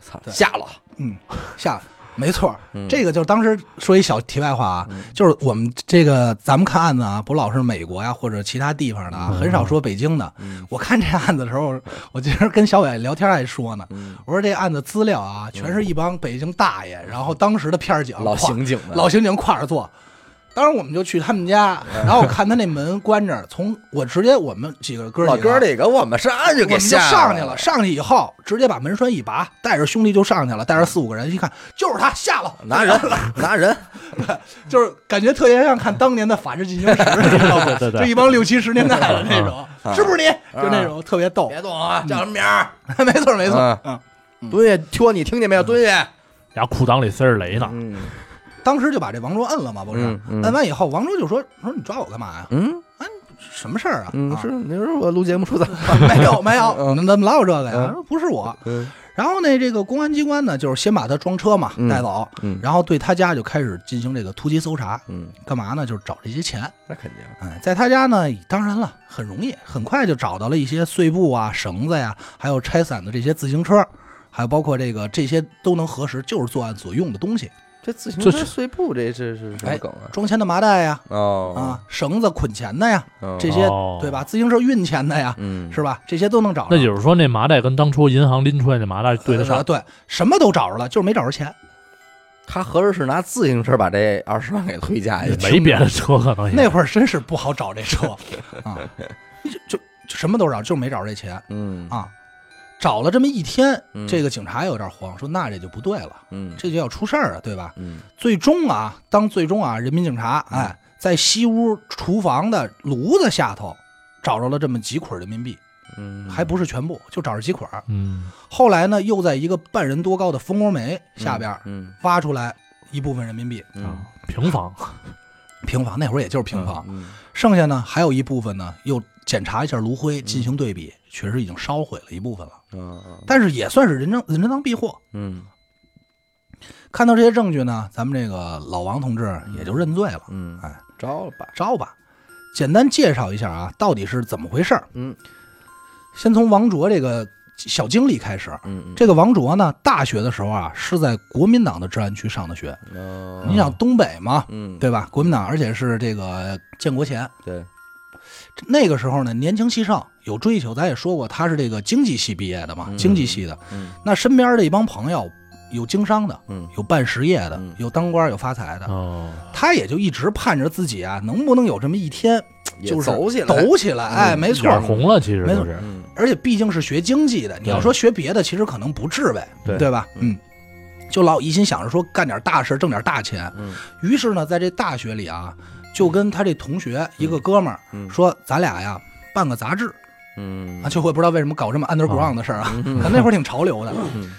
S3: 操，
S1: 对
S3: 下了，
S1: 嗯，下，没错儿，
S3: 嗯
S1: 这个就是当时说一小题外话啊，就是我们这个咱们看案子啊，不老是美国呀、或者其他地方的
S3: 嗯
S1: 啊，很少说北京的。我看这案子的时候，我今儿跟小伟聊天还说呢，
S3: 嗯
S1: 我说这案子资料啊，全是一帮北京大爷，然后当时的片儿警
S3: 老
S1: 挎
S3: 刑警啊们，
S1: 老刑警挎着坐。当时我们就去他们 家，然后我看他那门关着，从我直接我们几个哥啊
S3: 老
S1: 几个
S3: 哥几个，我们上岸就
S1: 我
S3: 给
S1: 们就
S3: 下
S1: 上去了，，上去以后直接把门栓一拔，带着兄弟就上去了，带着四五个人一看，就是他下了，
S3: 拿人 拿人，
S1: 就是感觉特别像看当年的《法制进 行时》，你知道吗？
S2: 对对对
S1: 就一帮六七十年代的那种，是不是你？就那种特别逗，
S3: 啊别动啊，叫什么名儿？
S1: 没错没错
S3: 嗯。
S1: 嗯，
S3: 蹲下，托你听见没有？蹲下，
S2: 然后裤裆里塞着雷呢，
S3: 嗯
S1: 当时就把这王卓摁了嘛，不是
S3: 嗯？嗯
S1: 摁完以后，王卓就说：“说你抓我干嘛呀？
S3: 嗯
S1: 什么事儿啊？”
S3: 嗯，
S1: 啊
S3: 是，你说我录节目出错，
S1: 没有没有，
S3: 嗯
S1: 你怎么老有这个呀
S3: 嗯？
S1: 说不是我。
S3: 嗯
S1: 然后呢，这个公安机关呢，就是先把他装车嘛，
S3: 嗯
S1: 带走，
S3: 嗯
S1: 然后对他家就开始进行这个突击搜查，
S3: 嗯，
S1: 干嘛呢？就是找这些钱。
S3: 那肯定，
S1: 哎，在他家呢，当然了，很容易，很快就找到了一些碎布啊、绳子呀、还有拆散的这些自行车，还有包括这个这些都能核实，就是作案所用的东西，
S3: 这自行
S2: 这
S3: 车
S2: 是
S3: 碎布，这是是什么梗啊？
S1: 装钱的麻袋呀、
S3: 哦
S1: 啊，绳子捆钱的呀，
S3: 啊
S1: 这些
S2: 哦
S1: 对吧？自行车运钱的呀，
S3: 嗯
S1: 是吧？这些都能找着。
S2: 那就是说那麻袋跟当初银行拎出来的麻袋对得
S1: 呃
S2: 上，
S1: 对，什么都找着了，就是没找着钱。
S3: 他合着是拿自行车把这二十万给推下去，
S2: 没别的车可
S3: 哎
S2: 能也
S1: 呃那会儿真是不好找这车啊，就就就什么都找，就是没找着这钱
S3: 嗯
S1: 啊。找了这么一天，
S3: 嗯
S1: 这个警察有点慌，说那这就不对了，
S3: 嗯
S1: 这就要出事儿了，对吧？
S3: 嗯
S1: 最终啊，当最终啊，人民警察哎，在西屋厨房的炉子下头找着了这么几捆人民币，
S3: 嗯，
S1: 还不是全部，就找着几捆儿。
S2: 嗯，
S1: 后来呢，又在一个半人多高的蜂窝煤下边儿
S3: 嗯
S1: 挖出来一部分人民币，
S3: 嗯
S2: 啊，平房，
S1: 平房那会儿也就是平房，
S3: 嗯
S1: 剩下呢还有一部分呢又检查一下炉灰进行对比，确实已经烧毁了一部分了，
S3: 嗯
S1: 但是也算是人赃人赃必获。
S3: 嗯
S1: 看到这些证据呢，咱们这个老王同志也就认罪了，
S3: 嗯，
S1: 哎，
S3: 招了吧，
S1: 招吧。简单介绍一下啊，到底是怎么回事儿？
S3: 嗯
S1: 先从王卓这个小经历开始。
S3: 嗯，
S1: 这个王卓呢，大学的时候啊，是在国民党的治安区上的学。
S3: 嗯
S1: 你想东北嘛，
S3: 嗯
S1: 对吧？国民党，而且是这个建国前，
S3: 对，
S1: 那个时候呢，年轻气盛，有追求。咱也说过，他是这个经济系毕业的嘛，
S3: 嗯
S1: 经济系的。
S3: 嗯
S1: 那身边这一帮朋友，有经商的，
S3: 嗯
S1: 有办实业的
S3: 嗯，
S1: 有当官，有发财的。
S2: 哦，
S1: 他也就一直盼着自己啊，能不能有这么一天，
S3: 嗯也
S1: 就是
S3: 走起来，
S1: 抖起来。哎，
S3: 嗯
S1: 没错
S2: 眼。红了，其实
S1: 没错
S2: 就是，
S3: 嗯
S1: 而且毕竟是学经济的，你要说学别的，其实可能不至呗，
S2: 对
S1: 对吧？嗯，就老一心想着说干点大事，挣点大钱。
S3: 嗯
S1: 于是呢，在这大学里啊，就跟他这同学一个哥们儿
S3: 嗯
S1: 说：“咱俩呀，办个杂志。”
S3: 嗯
S1: 啊，就会不知道为什么搞这么 underground 的事儿啊，可能那会儿挺潮流的。
S3: 嗯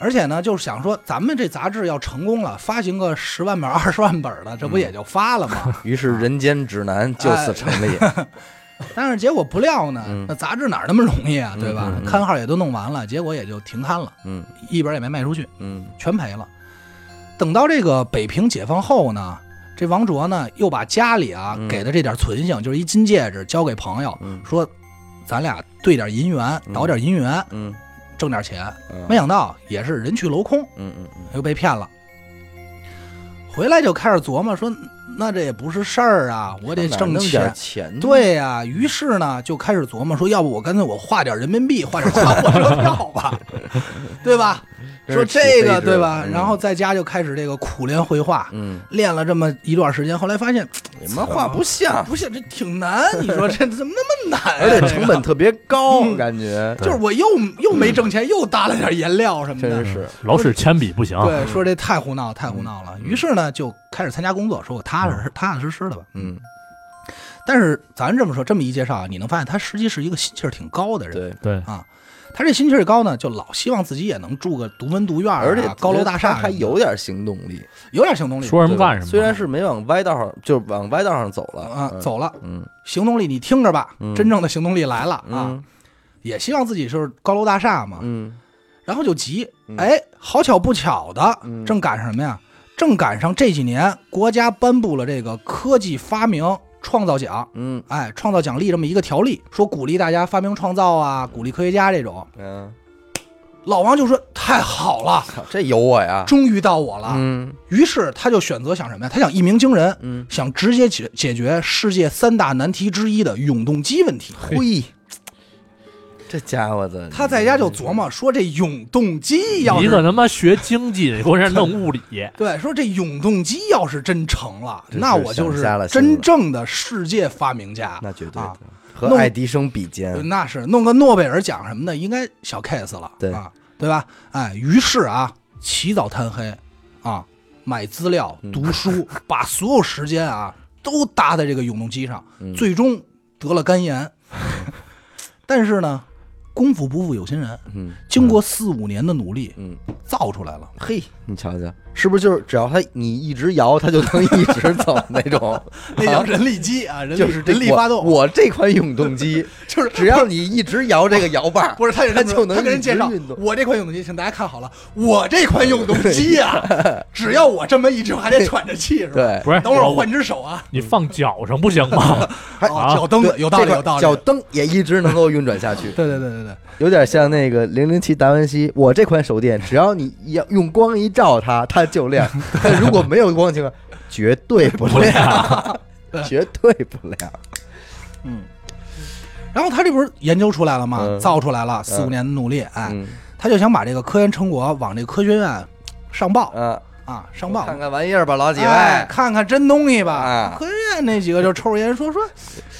S1: 而且呢，就是想说，咱们这杂志要成功了，发行个十万本、 二十万本的，这不
S3: 嗯
S1: 也就发了吗？
S3: 于是人间指南就此成立，
S1: 但是结果不料呢，
S3: 嗯
S1: 那杂志哪儿那么容易啊，对吧？
S3: 嗯嗯嗯
S1: 刊号也都弄完了，结果也就停刊了，
S3: 嗯
S1: 一本也没卖出去，
S3: 嗯
S1: 全赔了。等到这个北平解放后呢，这王卓呢又把家里啊、
S3: 嗯
S1: 给的这点存性，就是一金戒指，交给朋友，
S3: 嗯
S1: 说咱俩兑点银元，
S3: 嗯
S1: 倒点银元，
S3: 嗯，
S1: 挣点钱。没想到也是人去楼空，
S3: 嗯嗯嗯
S1: 又被骗了。回来就开始琢磨说，那这也不是事儿啊，我得挣
S3: 弄
S1: 钱
S3: 点。钱，，
S1: 对呀、于是呢就开始琢磨说，要不我干脆我画点人民币，画 点大火车票吧，对吧？说这个对吧？然后在家就开始这个苦练绘画，
S3: 嗯，
S1: 练了这么一段时间，后来发现
S3: 你们画不像，
S1: 不是这挺难，你说这怎么那么难、啊？
S3: 而且成本
S1: 这
S3: 特别
S1: 嗯
S3: 高，感觉
S1: 个就是我又又没挣钱，又搭了点颜料什么的，
S3: 真是，
S2: 老使铅笔不行，
S3: 啊
S1: 对，说这太胡闹，太胡闹
S3: 嗯
S1: 了。于是呢，就开始参加工作，说我踏实踏踏实实的吧。
S3: 嗯，
S1: 但是咱这么说，这么一介绍啊，你能发现他实际是一个心气儿挺高的人。
S3: 对，
S2: 对，
S1: 他这心气儿高呢，就老希望自己也能住个独门独院儿啊、
S3: 而且
S1: 高楼大厦什么的，
S3: 他还有点行动力，
S1: 有点行动力。
S2: 说什么
S3: 对吧
S2: 干什么。
S3: 虽然是没往歪道上，就是往歪道上走了
S1: 啊，
S3: 嗯，
S1: 走了，
S3: 嗯
S1: 行动力你听着吧，
S3: 嗯
S1: 真正的行动力来了啊！
S3: 嗯
S1: 也希望自己是高楼大厦嘛，
S3: 嗯
S1: 然后就急
S3: 嗯，
S1: 哎，好巧不巧的，
S3: 嗯
S1: 正赶上什么呀？正赶上这几年国家颁布了这个科技发明创造奖，
S3: 嗯
S1: 哎，创造奖励这么一个条例，说鼓励大家发明创造啊，鼓励科学家这种。
S3: 嗯，
S1: 老王就说太好 了，
S3: 操这有我呀，
S1: 终于到我了。
S3: 嗯
S1: 于是他就选择想什么呀？他想一鸣惊人，
S3: 嗯，
S1: 想直接解解决世界三大难题之一的永动机问题。
S3: 嘿，这家伙的，
S1: 他在家就琢磨说这永动机要
S2: 你
S1: 是
S2: 可他妈学经济，你给我这弄物理，
S1: 对，说这永动机要是真成了，
S3: 真是
S1: 那我就
S3: 想
S1: 是
S3: 瞎了心
S1: 真
S3: 了
S1: 正的世界发明家，
S3: 那绝对的
S1: 啊
S3: 和
S1: 弄
S3: 爱迪生比肩
S1: 呃，那是弄个诺贝尔奖什么的，应该小 case 了，
S3: 对
S1: 啊，对吧？哎，于是啊，起早贪黑啊，买资料、读书，
S3: 嗯
S1: 把所有时间啊都搭在这个永动机上，
S3: 嗯
S1: 最终得了肝炎。 但是呢，功夫不负有心人，
S3: 嗯
S1: 经过四五年的努力，
S3: 嗯，
S1: 造出来了。
S3: 嘿，你瞧瞧，是不是就是只要他你一直摇，他就能一直走那 种？
S1: 那叫人力机啊，人力
S3: 就是这
S1: 人力发动，
S3: 我我这款永动机
S1: 就是
S3: 只要你一直摇这个摇把儿，
S1: 不是他给
S3: 他
S1: 他
S3: 就能
S1: 他给人
S3: 一直
S1: 介绍
S3: 运，动
S1: 我这款永动机，请大家看好了，我这款永动机 啊，只要我这么一直还得喘着气是吧？
S3: 对
S2: 不是
S1: 等会儿我换只手啊，
S2: 你放脚上不行 吗？
S1: 哦，脚蹬子
S3: 啊对
S1: 有道
S3: 这
S1: 理
S3: 款
S1: 有道理，，
S3: 脚蹬也一直能够运转下去
S1: 对对对对对，
S3: 有点像那个零零七达文西。我这款手电，只要你一用光一照它，它就亮； 但如果没有光的情况，绝对不亮， 绝对不 亮。
S1: 然后他这不是研究出来了吗？
S3: 嗯
S1: 造出来了，四五
S3: 嗯
S1: 年的努力，哎，
S3: 嗯
S1: 他就想把这个科研成果往这科学院上报
S3: 啊，
S1: 啊，上报。
S3: 看看玩意儿吧，老几位。
S1: 哎，看看真东西吧。
S3: 啊
S1: 科学院那几个就抽着烟说说，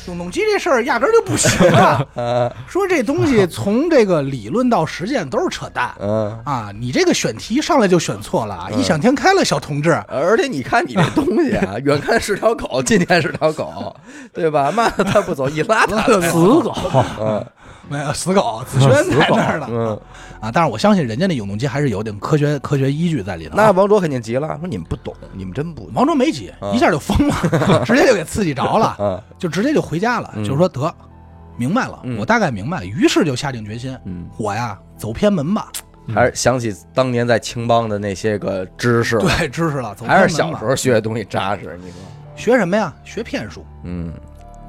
S1: 永动机这事儿压根儿就不行 啊。
S3: 嗯
S1: 说这东西从这个理论到实践都是扯淡
S3: 嗯，
S1: 啊！你这个选题上来就选错了啊！异想天开了，小同志。
S3: 呃而且你看你这东西 啊，远看是条狗，近看是条狗，对吧？骂它不走，一拉它就
S2: 死
S3: 走。
S2: 狗，
S3: 嗯
S1: 没有死狗，子 轩在那儿呢
S3: 嗯，
S1: 啊！但是我相信人家那永动机还是有点科学科学依据在里头啊。
S3: 那王卓肯定急了，说你们不懂，你们真不懂。
S1: 王卓没急，一下就疯了， 直接就给刺激着了，
S3: 嗯
S1: 就直接就回家了，
S3: 嗯
S1: 就是说得明白了
S3: 嗯，
S1: 我大概明白了，于是就下定决心，
S3: 嗯。
S1: 我呀走偏门吧，
S3: 还是想起当年在青帮的那些个知识，
S1: 对，知识了，走偏门
S3: 还
S1: 吧
S3: 是小时候学的东西扎实。你说，
S1: 学什么呀？学骗术，
S3: 嗯，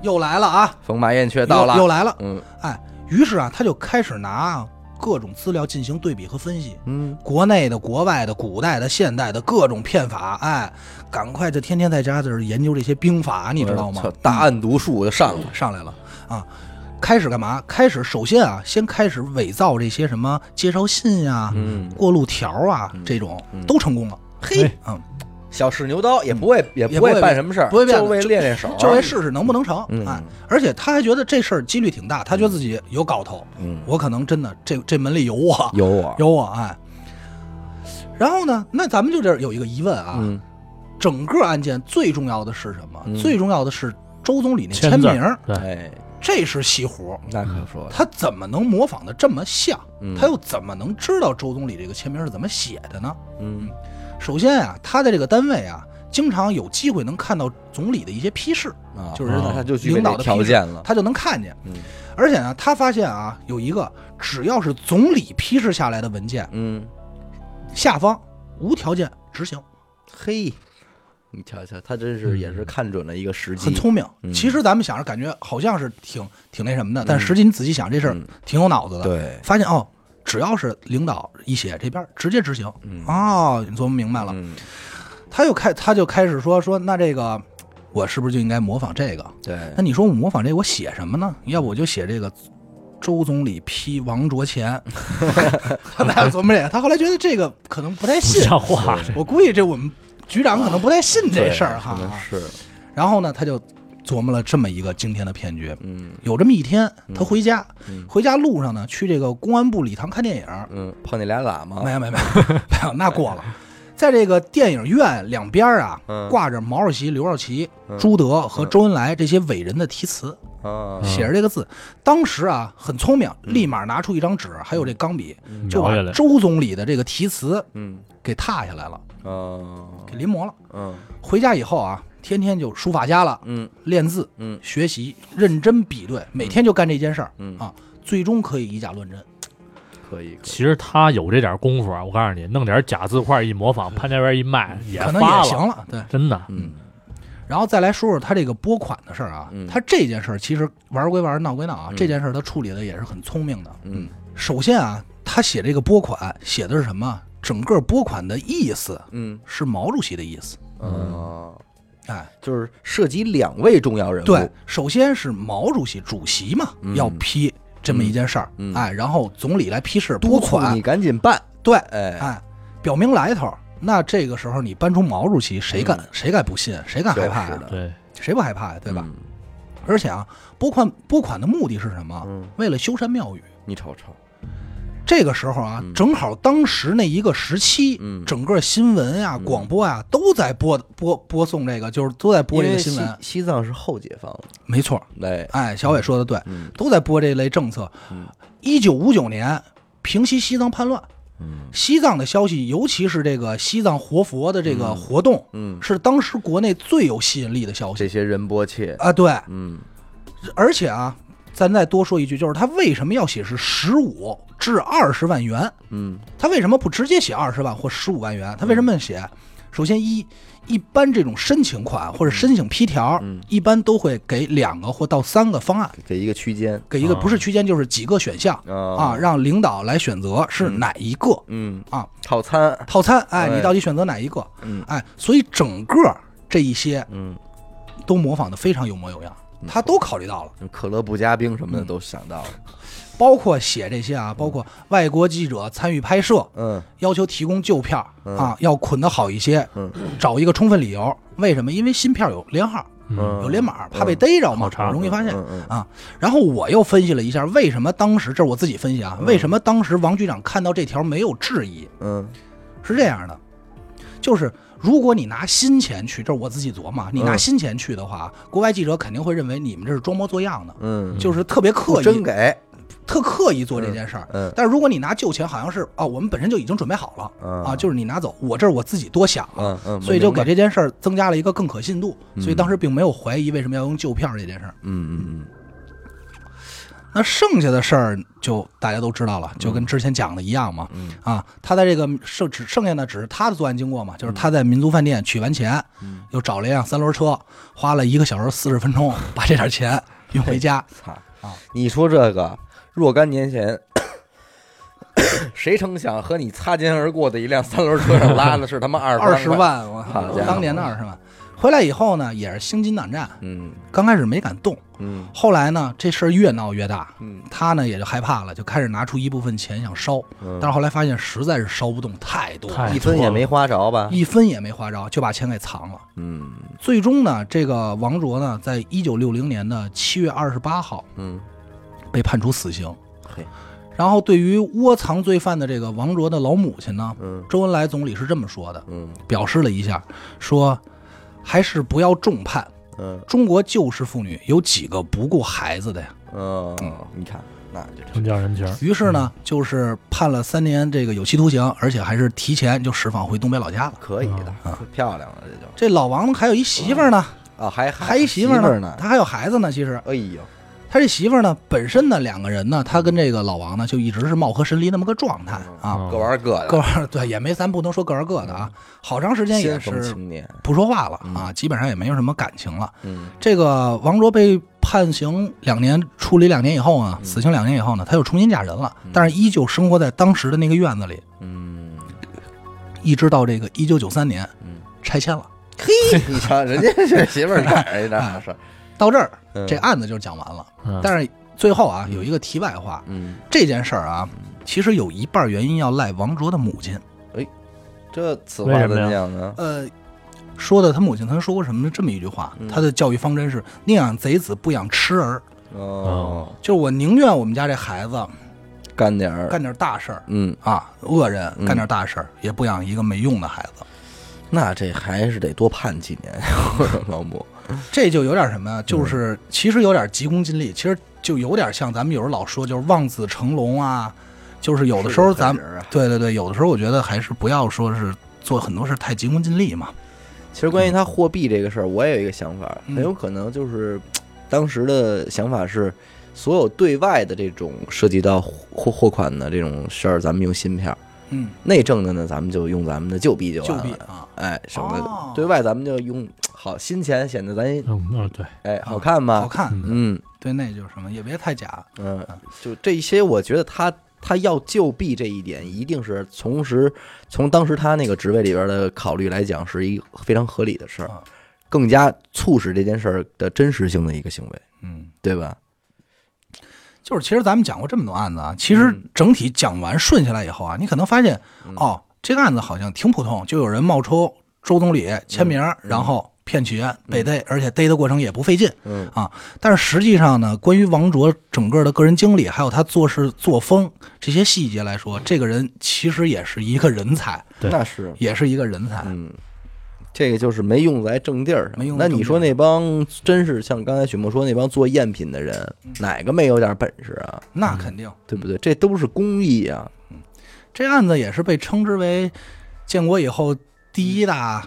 S1: 又来了啊，
S3: 风马燕雀
S1: 又
S3: 到了，
S1: 又来了。
S3: 嗯
S1: 哎，于是啊，他就开始拿各种资料进行对比和分析，
S3: 嗯
S1: 国内的、国外的、古代的、现代的各种骗法，哎，赶快就天天在家就是研究这些兵法，你知道吗
S3: 操？大案读书就上了，
S1: 上来了啊！开始干嘛？开始首先啊，先开始伪造这些什么介绍信呀、
S3: 嗯，
S1: 过路条啊这种，都成功了。
S2: 嘿，
S1: 嗯，
S3: 小试牛刀也不会，也
S1: 也不
S3: 不
S1: 会
S3: 会办什么事儿，
S1: 不会变
S3: 就
S1: 的
S3: 为练练手，啊
S1: 就为试试能不能成。
S3: 嗯
S1: 哎，而且他还觉得这事儿几率挺大，他觉得自己有搞头，
S3: 嗯，
S1: 我可能真的这这门里有我，
S3: 有我，
S1: 有我哎。然后呢，那咱们就这儿有一个疑问啊，
S3: 嗯
S1: 整个案件最重要的是什么？
S3: 嗯
S1: 最重要的是周总理那
S2: 签
S1: 签
S2: 字
S1: 名
S2: 儿
S1: 儿，
S2: 对，
S3: 哎，
S1: 这是西湖，
S3: 那可说了，
S1: 他怎么能模仿的这么像？
S3: 嗯
S1: 他又怎么能知道周总理这个签名是怎么写的呢？
S3: 嗯
S1: 首先啊，他在这个单位啊，经常有机会能看到总理的一些批示，
S3: 啊，
S1: 就是
S2: 啊
S1: 他
S3: 他就具备
S1: 领导
S3: 这
S1: 的
S3: 条
S1: 批示
S3: 件了，
S1: 他就能看见。
S3: 嗯
S1: 而且呢，他发现啊，有一个只要是总理批示下来的文件，
S3: 嗯，
S1: 下方无条件执行。
S3: 嘿，你瞧瞧，他真是也是看准了一个时机，
S1: 很聪明
S3: 嗯。
S1: 其实咱们想着感觉好像是挺挺那什么的，但实际你仔细想这事儿
S3: 嗯
S1: 挺有脑子的。，
S3: 对，
S1: 发现哦，只要是领导一写这边儿直接执行。
S3: 嗯
S1: 哦，你琢磨明白了。
S3: 嗯，
S1: 他又开他就开始说说那这个我是不是就应该模仿这个？
S3: 对
S1: 那，你说我模仿这个我写什么呢？要不我就写这个。周总理批王卓 前，他俩琢磨这个，他后来觉得这个可能不太
S2: 不
S1: 信，
S2: 像话，
S1: 我估计这我们局长可能不太信这事儿哈。
S3: 可能是，
S1: 然后呢，他就琢磨了这么一个惊天的骗局。
S3: 嗯
S1: 有这么一天，他回家，
S3: 嗯
S1: 回家路上呢，去这个公安部礼堂看电影，
S3: 嗯，碰见俩喇嘛
S1: 没，有没有没有没 有，那过了。在这个电影院两边啊
S3: 嗯，
S1: 挂着毛主席、刘少奇
S3: 嗯、
S1: 朱德和周恩来这些伟人的题词。
S3: 啊，
S1: 写着这个字。当时啊，很聪明，
S3: 嗯
S1: 立马拿出一张纸，还有这钢笔，就
S2: 描
S1: 把
S2: 下来
S1: 周总理的这个题词
S3: 嗯
S1: 给拓下来了，
S3: 啊，
S1: 给临摹了。
S3: 嗯
S1: 回家以后啊，天天就书法家了，
S3: 嗯
S1: 练字，
S3: 嗯，
S1: 学习，认真比对，每天就干这件事儿，
S3: 嗯
S1: 啊，最终可以以假乱真。
S3: 可以，可以
S2: 其实他有这点功夫啊，我告诉你，弄点假字画一模仿，潘家园一卖也
S1: 嗯可能
S2: 发
S1: 也
S2: 了，
S1: 行了，对。
S2: 真的。
S3: 嗯
S1: 然后再来说说他这个拨款的事儿啊
S3: 嗯，
S1: 他这件事儿其实玩归玩，闹归闹啊
S3: 嗯，
S1: 这件事儿他处理的也是很聪明的。
S3: 嗯
S1: 首先啊，他写这个拨款写的是什么？整个拨款的意思
S3: 嗯
S1: 是毛主席的意思。
S3: 啊，
S1: 哎，
S3: 就是涉及两位重要人物，
S1: 对，首先是毛主席主席嘛
S3: 呃嗯
S1: 要批这么一件事儿
S3: 嗯，
S1: 哎，然后总理来批示拨
S3: 督促
S1: 款
S3: 你，赶紧办，
S1: 对，
S3: 哎，
S1: 哎，表明来头。那这个时候你搬出毛主席，谁敢、谁敢不信？谁敢害怕
S3: 嗯
S1: 呀、
S3: 就是的
S2: 对，
S1: 谁不害怕呀、对吧？
S3: 嗯？
S1: 而且啊，拨款拨款的目的是什么？
S3: 嗯
S1: 为了修缮庙宇。
S3: 你瞅瞅，
S1: 这个时候啊，
S3: 嗯
S1: 正好当时那一个时期，
S3: 嗯
S1: 整个新闻啊、
S3: 嗯
S1: 广播啊都在播播播送这个，就是都在播这
S3: 因
S1: 个
S3: 为
S1: 新闻
S3: 西。西藏是后解放的，
S1: 没错，
S3: 哎，
S1: 哎，小伟说的对，
S3: 嗯
S1: 都在播这类政策
S3: 嗯。
S1: 一九五九年，平息西藏叛乱，
S3: 嗯
S1: 西藏的消息，尤其是这个西藏活佛的这个活动，
S3: 嗯，
S1: 是当时国内最有吸引力的消息
S3: 这些仁波切，
S1: 啊！对，
S3: 嗯
S1: 而且啊，咱再多说一句，就是他为什么要写是十五至二十万元？
S3: 嗯
S1: 他为什么不直接写二十万或十五万元？他为什么写？首先一，一般这种申请款或者申请批条，
S3: 嗯
S1: 一般都会给两个或到三个方案，
S3: 给一个区间
S1: 给一个
S2: 啊
S1: 不是区间就是几个选项啊，，让领导来选择是哪一个
S3: 嗯
S1: 啊
S3: 套餐，
S1: 套餐。哎，
S3: 哎
S1: 你到底选择哪一个？
S3: 嗯
S1: 哎，所以整个这一些
S3: 嗯，
S1: 都模仿的非常有模有样，他都考虑到了。
S3: 可乐不加冰什么的都想到了，
S1: 包括写这些啊，包括外国记者参与拍摄，
S3: 嗯
S1: 要求提供旧票
S3: 嗯
S1: 啊，要捆得好一些
S3: 嗯，
S1: 找一个充分理由。为什么？因为新票有连号，
S2: 嗯
S1: 有连码，怕被逮着嘛
S2: 好，查
S1: 容易发现
S3: 嗯嗯
S1: 啊。然后我又分析了一下，为什么当时这是我自己分析啊，为什么当时王局长看到这条没有质疑？
S3: 嗯
S1: 是这样的，就是如果你拿新钱去，这是我自己琢磨啊，你拿
S3: 嗯
S1: 新钱去的话，国外记者肯定会认为你们这是装模作样的，
S3: 嗯，
S1: 就是特别刻
S3: 不真
S1: 意、
S3: 给，
S1: 特刻意做这件事儿。
S3: 嗯
S1: 但是如果你拿旧钱，好像是啊，我们本身就已经准备好了、
S3: 嗯
S1: 啊，就是你拿走，我这是我自己多想了，
S3: 嗯嗯，
S1: 所以就给这件事儿增加了一个更可信度。
S3: 嗯
S1: 所以当时并没有怀疑为什么要用旧票这件事儿。
S3: 嗯嗯
S1: 那剩下的事儿就大家都知道了，就跟之前讲的一样嘛。
S3: 嗯
S1: 啊，他在这个剩只剩下的只是他的作案经过嘛，就是他在民族饭店取完钱，
S3: 嗯
S1: 又找了一辆三轮车，花了一个小时四十分钟 把这点钱运回家。
S3: 操你说这个 若干年前。 谁成想和你擦肩而过的一辆三轮车上拉的是他妈二
S1: 二十，万，我
S3: 好家伙
S1: 当年的二十万。回来以后呢，也是心惊胆战，
S3: 嗯
S1: 刚开始没敢动，
S3: 嗯
S1: 后来呢，这事儿越闹越大，
S3: 嗯
S1: 他呢也就害怕了，就开始拿出一部分钱想烧，
S3: 嗯
S1: 但是后来发现实在是烧不动，太多了，
S2: 太
S3: 一分也没花着吧？
S1: 一分也没花着，就把钱给藏了。
S3: 嗯
S1: 最终呢，这个王卓呢，在一九六零年的七月二十八号
S3: 嗯，
S1: 被判处死刑。
S3: 嘿，
S1: 然后对于窝藏罪犯的这个王卓的老母亲呢，
S3: 嗯
S1: 周恩来总理是这么说的，
S3: 嗯
S1: 表示了一下，说还是不要重判，
S3: 嗯
S1: 中国旧式妇女有几个不顾孩子的呀？
S3: 嗯，你看，那就
S1: 嗯
S2: 真叫人情儿。
S1: 于是呢，就是判了三年这个有期徒刑，而且还是提前就释放回东北老家了。
S3: 可以的，
S1: 啊
S3: 漂亮了，这就
S1: 这老王还有一媳妇儿呢，
S3: 啊，还
S1: 哦还一媳妇
S3: 儿
S1: 儿呢，他还有孩子呢。其实
S3: 哎呦，
S1: 他这媳妇儿呢，本身呢，两个人呢，他跟这个老王呢，就一直是貌合神离那么个状态啊，
S2: 嗯
S3: 各玩各的，
S1: 各玩儿对也没，咱不能说各玩儿各的啊。好长时间也
S3: 先锋
S1: 是
S3: 青年，
S1: 不说话了啊，基本上也没有什么感情了。
S3: 嗯
S1: 这个王卓被判刑两年，处理两年以后
S3: 嗯
S1: 啊，死刑两年以后呢，他又重新嫁人了，但是依旧生活在当时的那个院子里，
S3: 嗯
S1: 一直到这个一九九三年
S3: 嗯，
S1: 拆迁了。
S3: 嘿，
S1: 哎
S3: 你瞧 人家这媳妇儿哪儿哪好事，
S1: 到这儿， 这啊
S3: 嗯
S1: 案子就讲完了。
S2: 嗯，
S1: 但是最后啊，
S3: 嗯
S1: 有一个题外话，
S3: 嗯。
S1: 这件事儿啊，其实有一半原因要赖王卓的母亲。
S3: 这此话怎讲呢？
S1: 呃，说的他母亲曾说过什么呢？这么一句话
S3: 嗯，
S1: 他的教育方针是宁养贼子，不养痴儿。
S2: 嗯
S3: 哦，
S1: 就是我宁愿我们家这孩子
S3: 干点儿，
S1: 干点大事儿
S3: 嗯，
S1: 啊，恶人
S3: 嗯
S1: 干点大事儿，也不养一个没用的孩子。
S3: 那这还是得多判几年，老母，
S1: 这就有点什么呀？就是其实有点急功近利，其实就有点像咱们有时候老说，就是望子成龙啊，就是有的时候咱们
S3: 们
S1: 对对对，有的时候我觉得还是不要说是做很多事太急功近利嘛。
S3: 其实关于他货币这个事儿，我也有一个想法，
S1: 嗯
S3: 很有可能就是当时的想法是，所有对外的这种涉及到货货款的这种事儿，咱们用新票；
S1: 嗯，
S3: 内政的呢，咱们就用咱们的旧币就
S1: 旧
S3: 完
S1: 币
S3: 了。
S1: 啊，
S3: 哎，省
S1: 哦
S3: 得对外咱们就用好新钱，显得咱
S2: 嗯嗯，对，
S3: 哎好看嘛。
S1: 啊好看。
S2: 嗯
S3: 嗯
S1: 对，那就是什么，也别太假。
S3: 嗯，就这些，我觉得他他要旧币这一点，一定是从时从当时他那个职位里边的考虑来讲，是一个非常合理的事儿
S1: 啊，
S3: 更加促使这件事儿的真实性的一个行为，
S1: 嗯，
S3: 对吧？
S1: 就是其实咱们讲过这么多案子啊，其实整体讲完顺下来以后啊，你可能发现
S3: 嗯
S1: 哦，这个案子好像挺普通，就有人冒充周总理
S3: 嗯
S1: 签名，然后骗取被逮，而且逮的过程也不费劲。啊
S3: 嗯
S1: 但是实际上呢，关于王卓整个的个人经历，还有他做事作风这些细节来说，这个人其实也是一个人才，
S2: 对
S3: 那是，
S1: 也是一个人才。
S3: 嗯，这个就是没用在正地儿上。
S1: 没用在
S3: 那
S1: 正地
S3: 你
S1: 儿
S3: 说那帮真是像刚才许墨说那帮做赝品的人，
S1: 嗯
S3: 哪个没有点本事啊？
S1: 那肯定，
S3: 对不对？这都是公益啊！
S1: 这案子也是被称之为建国以后第一大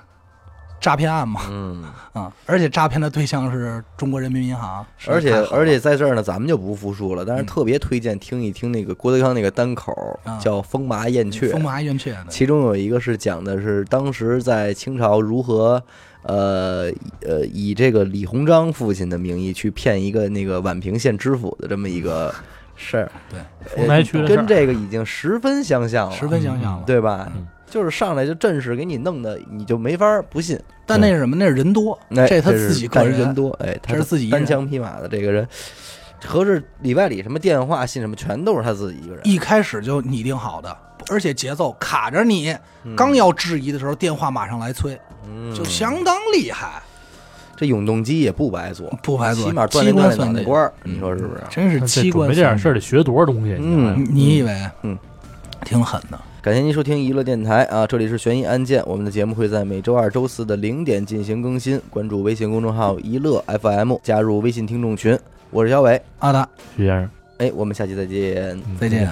S1: 诈骗案嘛，
S3: 嗯，
S1: 啊，而且诈骗的对象是中国人民银行，实在
S3: 而且
S1: 太好了
S3: 而且在这儿呢，咱们就不复述了，但是
S1: 嗯
S3: 特别推荐听一听那个郭德纲那个单口
S1: 啊，
S3: 叫《风麻燕雀
S1: 风》，马燕雀的，
S3: 其中有一个是讲的是当时在清朝如何。呃呃，以这个李鸿章父亲的名义去骗一个那个宛平县知府的这么 一个事儿，
S1: 对
S3: 呃，
S2: 红白区的事儿
S3: 跟这个已经十分相像了，
S1: 十分相像了。
S3: 对吧
S2: 嗯？
S3: 就是上来就阵势给你弄的，你就没法儿不信。
S1: 但那是什么？那是人多，
S3: 哎
S1: 这是他
S3: 是
S1: 自己个
S3: 但
S1: 人
S3: 是人多，哎，他
S1: 这是自己一
S3: 单
S1: 人
S3: 枪匹马的这个人，合着里外里什么电话信什么，全都是他自己一个人。
S1: 一开始就拟定好的，而且节奏卡着你，
S3: 嗯
S1: 刚要质疑的时候，电话马上来催，
S3: 嗯
S1: 就相当厉害，
S3: 这永动机也不白做，
S1: 不白做
S3: 起码锻
S1: 机
S3: 炼
S1: 关
S3: 锻炼脑
S1: 算嗯
S3: 袋
S1: 尽
S3: 瓜儿，你说是不是？
S1: 真是
S2: 那这
S1: 机
S2: 准
S1: 关
S2: 备这点事
S1: 算
S2: 儿得学多少东西？你想想
S1: 尽。啊你以为？
S3: 嗯，
S1: 挺狠的。
S3: 感谢您收听娱乐电台啊，这里是悬疑案件，我们的节目会在每周二、周四的零点进行更新，关注微信公众号“一乐 FM”，加入微信听众群，我是小伟，
S1: 阿达，
S2: 徐先生，
S3: 哎，我们下期再见。
S2: 嗯
S1: 再见。